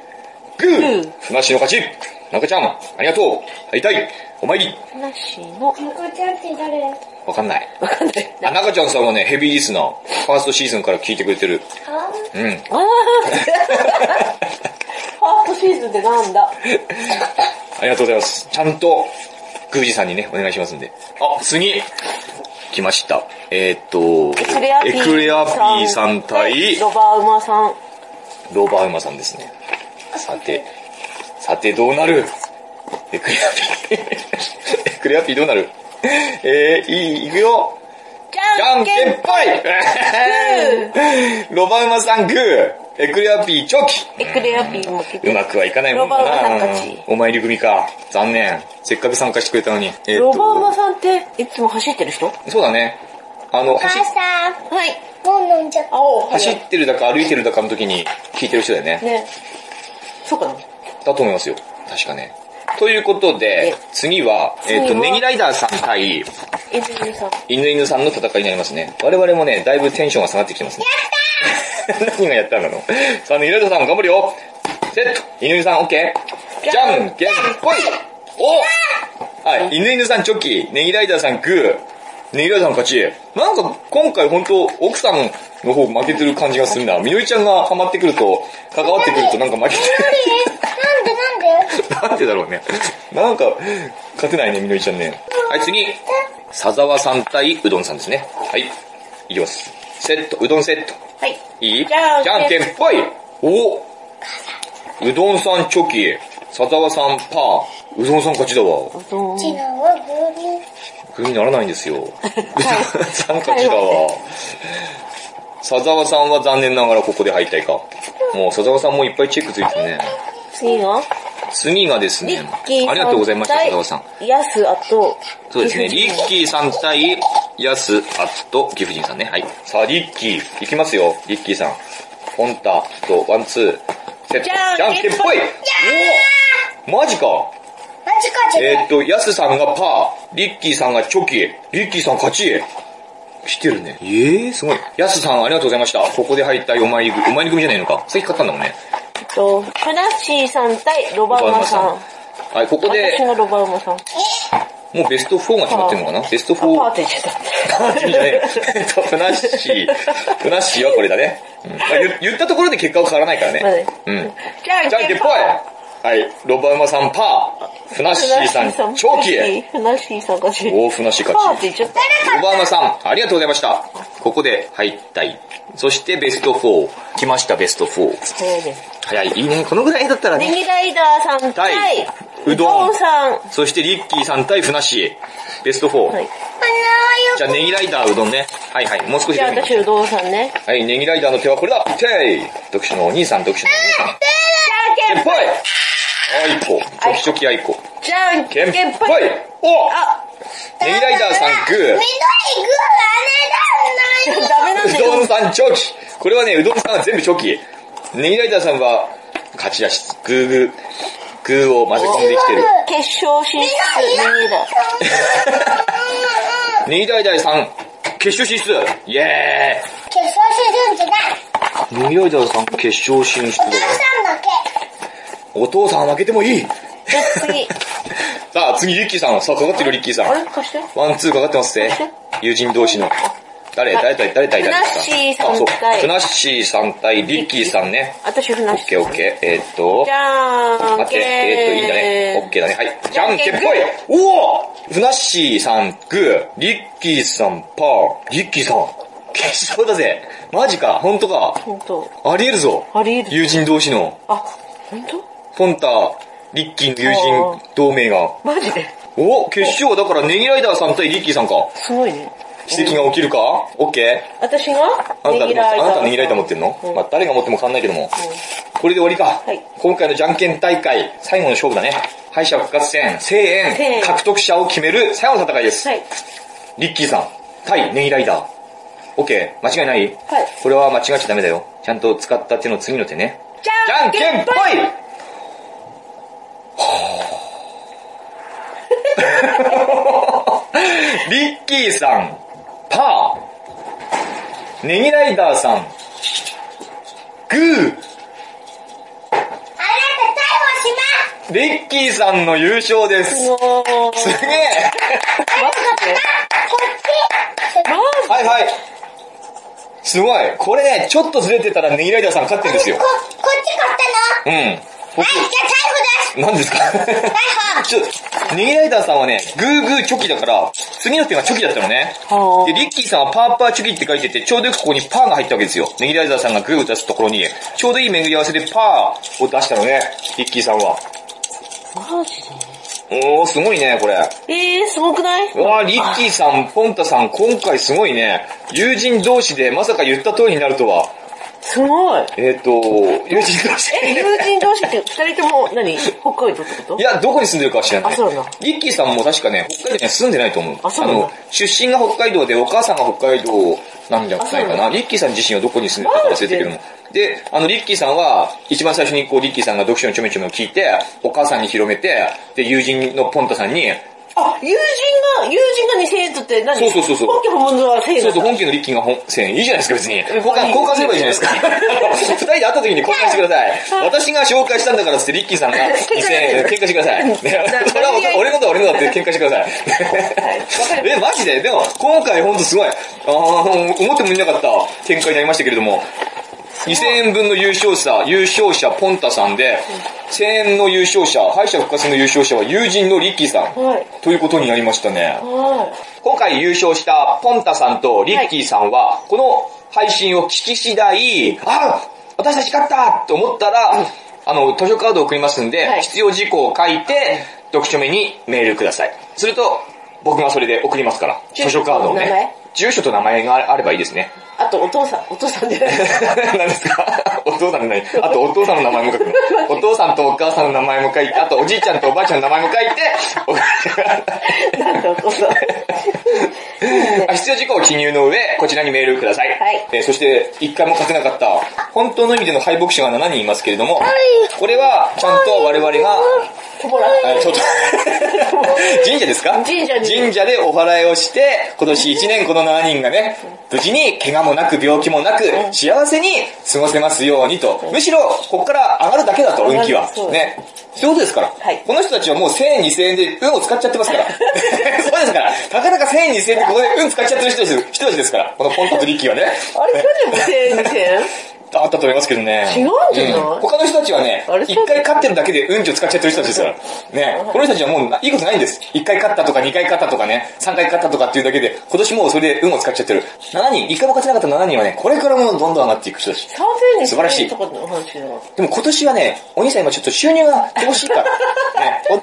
A: ーグ
C: う
A: ー
C: ん
A: ふなっしーの勝ち中ちゃん、ありがとうはいたいお参り
C: ふなっしーの、
B: 中ちゃんって誰
A: わかんない。
C: わかんない。
A: あ、中ちゃんさんはね、ヘビーリスナー。ファーストシーズンから聞いてくれてる。
B: あ
A: うん。
C: あー ファーストシーズンってなんだ
A: ありがとうございます。ちゃんと、宮司さんにね、お願いしますんで。あ、次来ました。えー、っと、
C: エクレアピー
A: エクレアピーさん対、
C: ロバウマさん。
A: ロバーウマさんですね。さて、さてどうなるエクレアピー。エクレアピーどうなるえー、いい、いくよ。
C: じゃ
A: じゃ
C: ん
A: ん
C: け
A: け
C: ん
A: んぽいロバウマさんグー、エクレアピーチョキ。
C: エクレアピー負け
A: う
C: て。
A: まくはいかないもんだ
C: ロバウマさん
A: な
C: 勝ち。
A: お参り組か。残念。せっかく参加してくれたのに。えー
C: ロバウマさんって、いつも走ってる人は
A: そうだね。あの、
B: 母
A: 走
B: さん
C: い。
B: もう飲んじゃった
C: 青。
A: 走ってるだか歩いてるだかの時に聞いてる人だよね。
C: ね。そうかな。
A: だと思いますよ。確かね。ということで
C: え、
A: 次は、えっ、
C: 次
A: と、
C: は
A: ネギライダーさん対、
C: エンジニアさん。
A: 犬犬さんの戦いになりますね。我々もね、だいぶテンションが下がってきてますね。やった 何がやったんだろう。さあ、ネギライダーさんも頑張るよセット犬犬さん、オッケーじゃんけんぽいおはい、犬犬さんチョキ、ネギライダーさんグー、ネギライダーさん勝ち。なんか、今回本当奥さんの方負けてる感じがするな。みのりちゃんがハマってくると、関わってくるとなんか負けてる。
B: なんでなん
A: なん
B: で
A: でだろうね。なんか、勝てないね、みのりちゃんね。はい、次。佐沢さん対うどんさんですね。はい。いきます。セット、うどんセット。
C: はい。
A: いい
C: じゃんけん
A: けんぽいおうどんさんチョキ、佐沢さんパー、うどんさん勝ちだわ。
C: うどん。
B: 違うわグーに
A: グミにならないんですよ。うどんさん勝ちだわ。佐沢さんは残念ながらここで敗退か。もう佐沢さんもいっぱいチェックついてるね。
C: 次が、
A: 次がです
C: リ
A: ね
C: ッキーさん、対。
A: ありがとうございました、佐沢さん。
C: ヤス、あと、
A: そうですね。
C: ギ
A: リ
C: フティ
A: ッキーさん対、ヤス、アット、ギフジンさんね。はい。さあ、リッキー、いきますよ。リッキーさん。ポンタと、ワン、ツー、セット。
C: じゃん
A: じゃんけんぽい
C: や
A: おおマジか。
B: マジか自
A: えーっ
B: 分
A: と、ヤスさんがパー、リッキーさんがチョキ、リッキーさん勝ち。来てるね。ええー、すごい。ヤスさんありがとうございました。ここで入ったお前り組、お前り組じゃないのか。席買ったんだもんね。
C: えっと、ふなっしーさん対ロバウマさん。
A: はい、ここで
C: 私、がロバウマさん。
A: もうベスト4が決まってるのかなベスト
C: あ、パー
A: 4。
C: ティーしてた。
A: パーティーじゃね えよ。えっと、ふなっしー。ふなっしーはこれだね。うんまあ言言ったところで結果は変わらないからね。うん。
C: じゃん
A: じゃんけ
C: け
A: ん
C: ん
A: ぽ
C: ぽ
A: い
C: い
A: はい、ロバウマさんパー。ふなっしーさん、長期へ。
C: ふなっしーさん勝ち。
A: おー、ふなっしー
C: パ
A: 勝
C: ー
A: ち。
C: ティーちょっと。
A: ロバウマさん、ありがとうございました。ここで敗退。そしてベスト4。来ました、ベスト4。
C: 早いです。
A: 早い、いいね。このぐらいだったら
C: ネ
A: ね。
C: ギライダーさん
A: 対
C: 対、
A: うどん
C: さん。
A: そしてリッキーさん対ふなっしー。ベスト4。
C: はい。
A: じゃあ、ネギライダーうどんね。はいはい、もう少し
C: じゃあ
A: だけ
C: 私うどんさんね。
A: はい、ネギライダーの手はこれだてい読書のお兄さん、読書のお兄さん。
C: じゃ
A: け
C: んけ
A: んぽいあいこ、チョキチョキあいこ。
C: ん、じゃん
A: けん
C: けんぽ
A: ぽ
C: い
A: い。お
C: あ、
A: ネギライダーさん、グ
B: 緑グーはねだんない
C: ダメなんだ
A: ー。うどん
C: よ。
A: さん、チョキ。これはね、うどんさんは全部チョキ。ネギライダーさんは、勝ち出し、グーグー、グーを混ぜ込んできて る。
C: 決勝進出、ネギライダ
A: ネギライダーさん、決勝進出。イエ
B: 決勝するんじゃない
A: ーイ。ネギライダーさん、決勝進出
B: お。父さんのけ
A: お父さんは負けてもいい。
C: ー。じゃ
A: さ
C: あ次。
A: あ、次、リッキーさん。さあ、かかってる、リッキーさん
C: あ。れ貸して。
A: ワン、ツーかかってますね。 友人同士の。誰、誰対、誰対、誰ですか
C: ふなっしーさん
A: あ、そう。
C: 対
A: ふなっしーさん対リッキーさんね。
C: 私ふ
A: オ
C: なっ
A: ッ
C: し
A: ケーオッケー。えーっと
C: じ、ゃん
A: 待って、
C: けん。
A: えーっと、いいんだね。オッケーだね。はい。じ
C: じ
A: ゃ
C: ゃ
A: ん
C: ん
A: け
C: け
A: ん
C: ん
A: ぽいおおふなっしーさん、グー。リッキーさん、パー。リッキーさん、決勝だぜ。マジか、ほんとか。
C: ほんと。
A: ありえるぞ。
C: ありえる
A: 友人同士の。
C: あ、ほんと
A: ポンタ、リッキーの友人同盟が。
C: マジで
A: お決勝だからネギライダーさん対リッキーさんか。
C: すごいね。
A: 奇跡が起きるかオッケー
C: 私が
A: あなた、あなたネギライダー持って
C: る
A: んの、
C: うん
A: まあ誰が持っても変わんないけども。
C: う
A: これで終わりか。
C: はい
A: 今回のじゃんけん大会、最後の勝負だね。敗者復活戦、声
C: 声
A: 援、
C: 援
A: 獲得者を決める最後の戦いです。
C: はい。
A: リッキーさん、対ネギライダー。オッケー、間違いない
C: はい
A: これは間違っちゃダメだよ。ちゃんと使った手の次の手ね。じゃんけんぽいはぁリッキーさん、パー。ネギライダーさん、グー。
B: あなた逮
A: リッキーさんの優勝です。
C: もう、マジ
A: す
C: で
A: げえ
B: 捕しますこっち
A: はいはい。すごい。これね、ちょっとずれてたらネギライダーさん勝ってるんですよ
B: こ、。こっち買ったの
A: うん。
B: はい、じゃあ
A: 何ですか
B: 逮捕です
A: ちょ、ネギライダーさんはね、グーグーチョキだから、次の手がチョキだったのね。
C: はあ
A: で、リッキーさんはパーパーチョキって書いてて、ちょうどよくここにパーが入ったわけですよ。ネギライダーさんがグーを出すところに、ちょうどいい巡り合わせでパーを出したのね、リッキーさんは。
C: マジ
A: おー、すごいね、これ。
C: でえー、すごくないう
A: わー、リッキーさん、ポンタさん、今回すごいね。友人同士でまさか言った通りになるとは。
C: すごい。
A: えっ、と、友人同士
C: え、友人同士って二人とも何、北海道ってこと
A: いや、どこに住んでるかは知らない。
C: あそうなんだ
A: リッキーさんも確かね、北海道には住んでないと思う。
C: あそうなんだ
A: の、出身が北海道で、お母さんが北海道なんじゃない
C: あそう
A: か
C: な
A: な。リッキーさん自身はどこに住んでるか忘れてるけども。で、あの、リッキーさんは、一番最初にこう、リッキーさんが読書のちょめちょめを聞いて、お母さんに広めて、で、友人のポンタさんに、
C: あ、友人が、友人が2000円とって何
A: そうそうそうそう
C: 本家本物は1000円
A: そうそう、
C: だ
A: 本家のリッキーが本線、いいじゃないですか、別に。交
C: これ
A: 換、
C: いい
A: 交換すればいいじゃないです か。二人で会った時に交換してください。私が紹介したんだからっつって、リッキーさんが2000円、喧嘩してください。 ね、それは俺のだ、俺のだって喧嘩してください。え、マジででも、今回ほんとすごい。あー思ってもいなかった展開になりましたけれども、2000円分の優勝者、優勝者ポンタさんで、1000円の優勝者、敗者復活の優勝者は友人のリッキーさん。
C: はい
A: ということになりましたね。
C: は
A: 今回優勝したポンタさんとリッキーさんは、この配信を聞き次第、あ私たち勝ったと思ったら、あの、図書カードを送りますんで、
C: はい
A: 必要事項を書いて、読書目にメールください。すると、僕がそれで送りますから、図
C: 住所
A: 書カードを
C: 名前
A: ね。住所と名前があればいいですね。
C: い。あとお父さん、お父さんじゃない。
A: 何ですかお父さんの何あとお父さんの名前 も書くの。お父さんとお母さんの名前も書いて、あとおじいちゃんとおばあちゃんの名前も書いて、送ってください
C: なんだお父さん。
A: あ必書事項を記入の上、こちらにメールください。
C: はい
A: えーそして、一回も書けなかった、本当の意味での敗北者が7人いますけれども、
B: い
A: これは、ちゃんと我々が、
C: トボラ
A: あちょっと 神社ですか
C: 神社に
A: 神社でお祓いをして、今年1年この7人がね、無事に怪我もなく病気もなく、幸せに過ごせますようにと。むしろ、ここから上がるだけだと、
C: 上
A: 運
C: がる
A: 気は
C: そ。う
A: ね。そういうことですから、
C: はい
A: この人たちはもう1000円、2000円で運を使っちゃってます から。そうですから。たかだか1000円、2000円でここで運使っちゃってる人です人たちですから。このポンコツリッキーはね。
C: あれ、去年も1000円、
A: あったと思いますけどね。
C: 違うんじゃない
A: 他の人たちはね
C: あれ、
A: 一回勝ってるだけで運気を使っちゃってる人たちですから。ね、この人たちはもういいことないんです。一回勝ったとか二回勝ったとかね、三回勝ったとかっていうだけで、今年もうそれで運を使っちゃってる。7人、一回も勝てなかった7人はね、これからもどんどん上がっていく人たち。
C: 3000円で
A: 素晴らしい
C: とかの話だ
A: でも今年はね、お兄さん今ちょっと収入が乏しい から。ね、お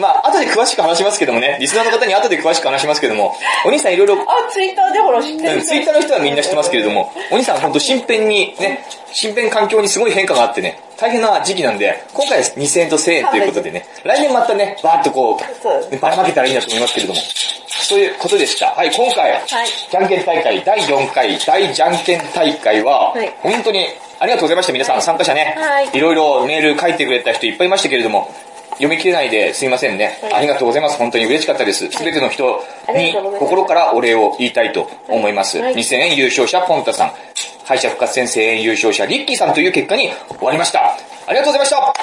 A: まあ後で詳しく話しますけどもね、リスナーの方に後で詳しく話しますけども、お兄さんいろいろ
C: あ、ツイッターでほら知ってる。
A: ツイッターの人はみんな知ってますけれども、お兄さんは本当身辺にね、身辺環境にすごい変化があってね、大変な時期なんで、今回は2000円と1000円ということでね、来年またね、バーッとこ
C: そうです
A: う、ばらまけたらいいなと思いますけれども。そういうことでした。はい、今回、じゃんけん大会第4回大じゃんけん大会は、
C: はい
A: 本当にありがとうございました、皆さん、参加者ね。
C: はい
A: いろいろメール書いてくれた人いっぱいいましたけれども、読み切れないですいませんね。
C: はい
A: ありがとうございます。本当に嬉しかったです。すべての人
C: あり
A: に
C: がとうございます
A: 心からお礼を言いたいと思います。
C: はい
A: 2000円優勝者、ポンタさん。敗者復活戦1000円優勝者、リッキーさんという結果に終わりました。ありがとうございました。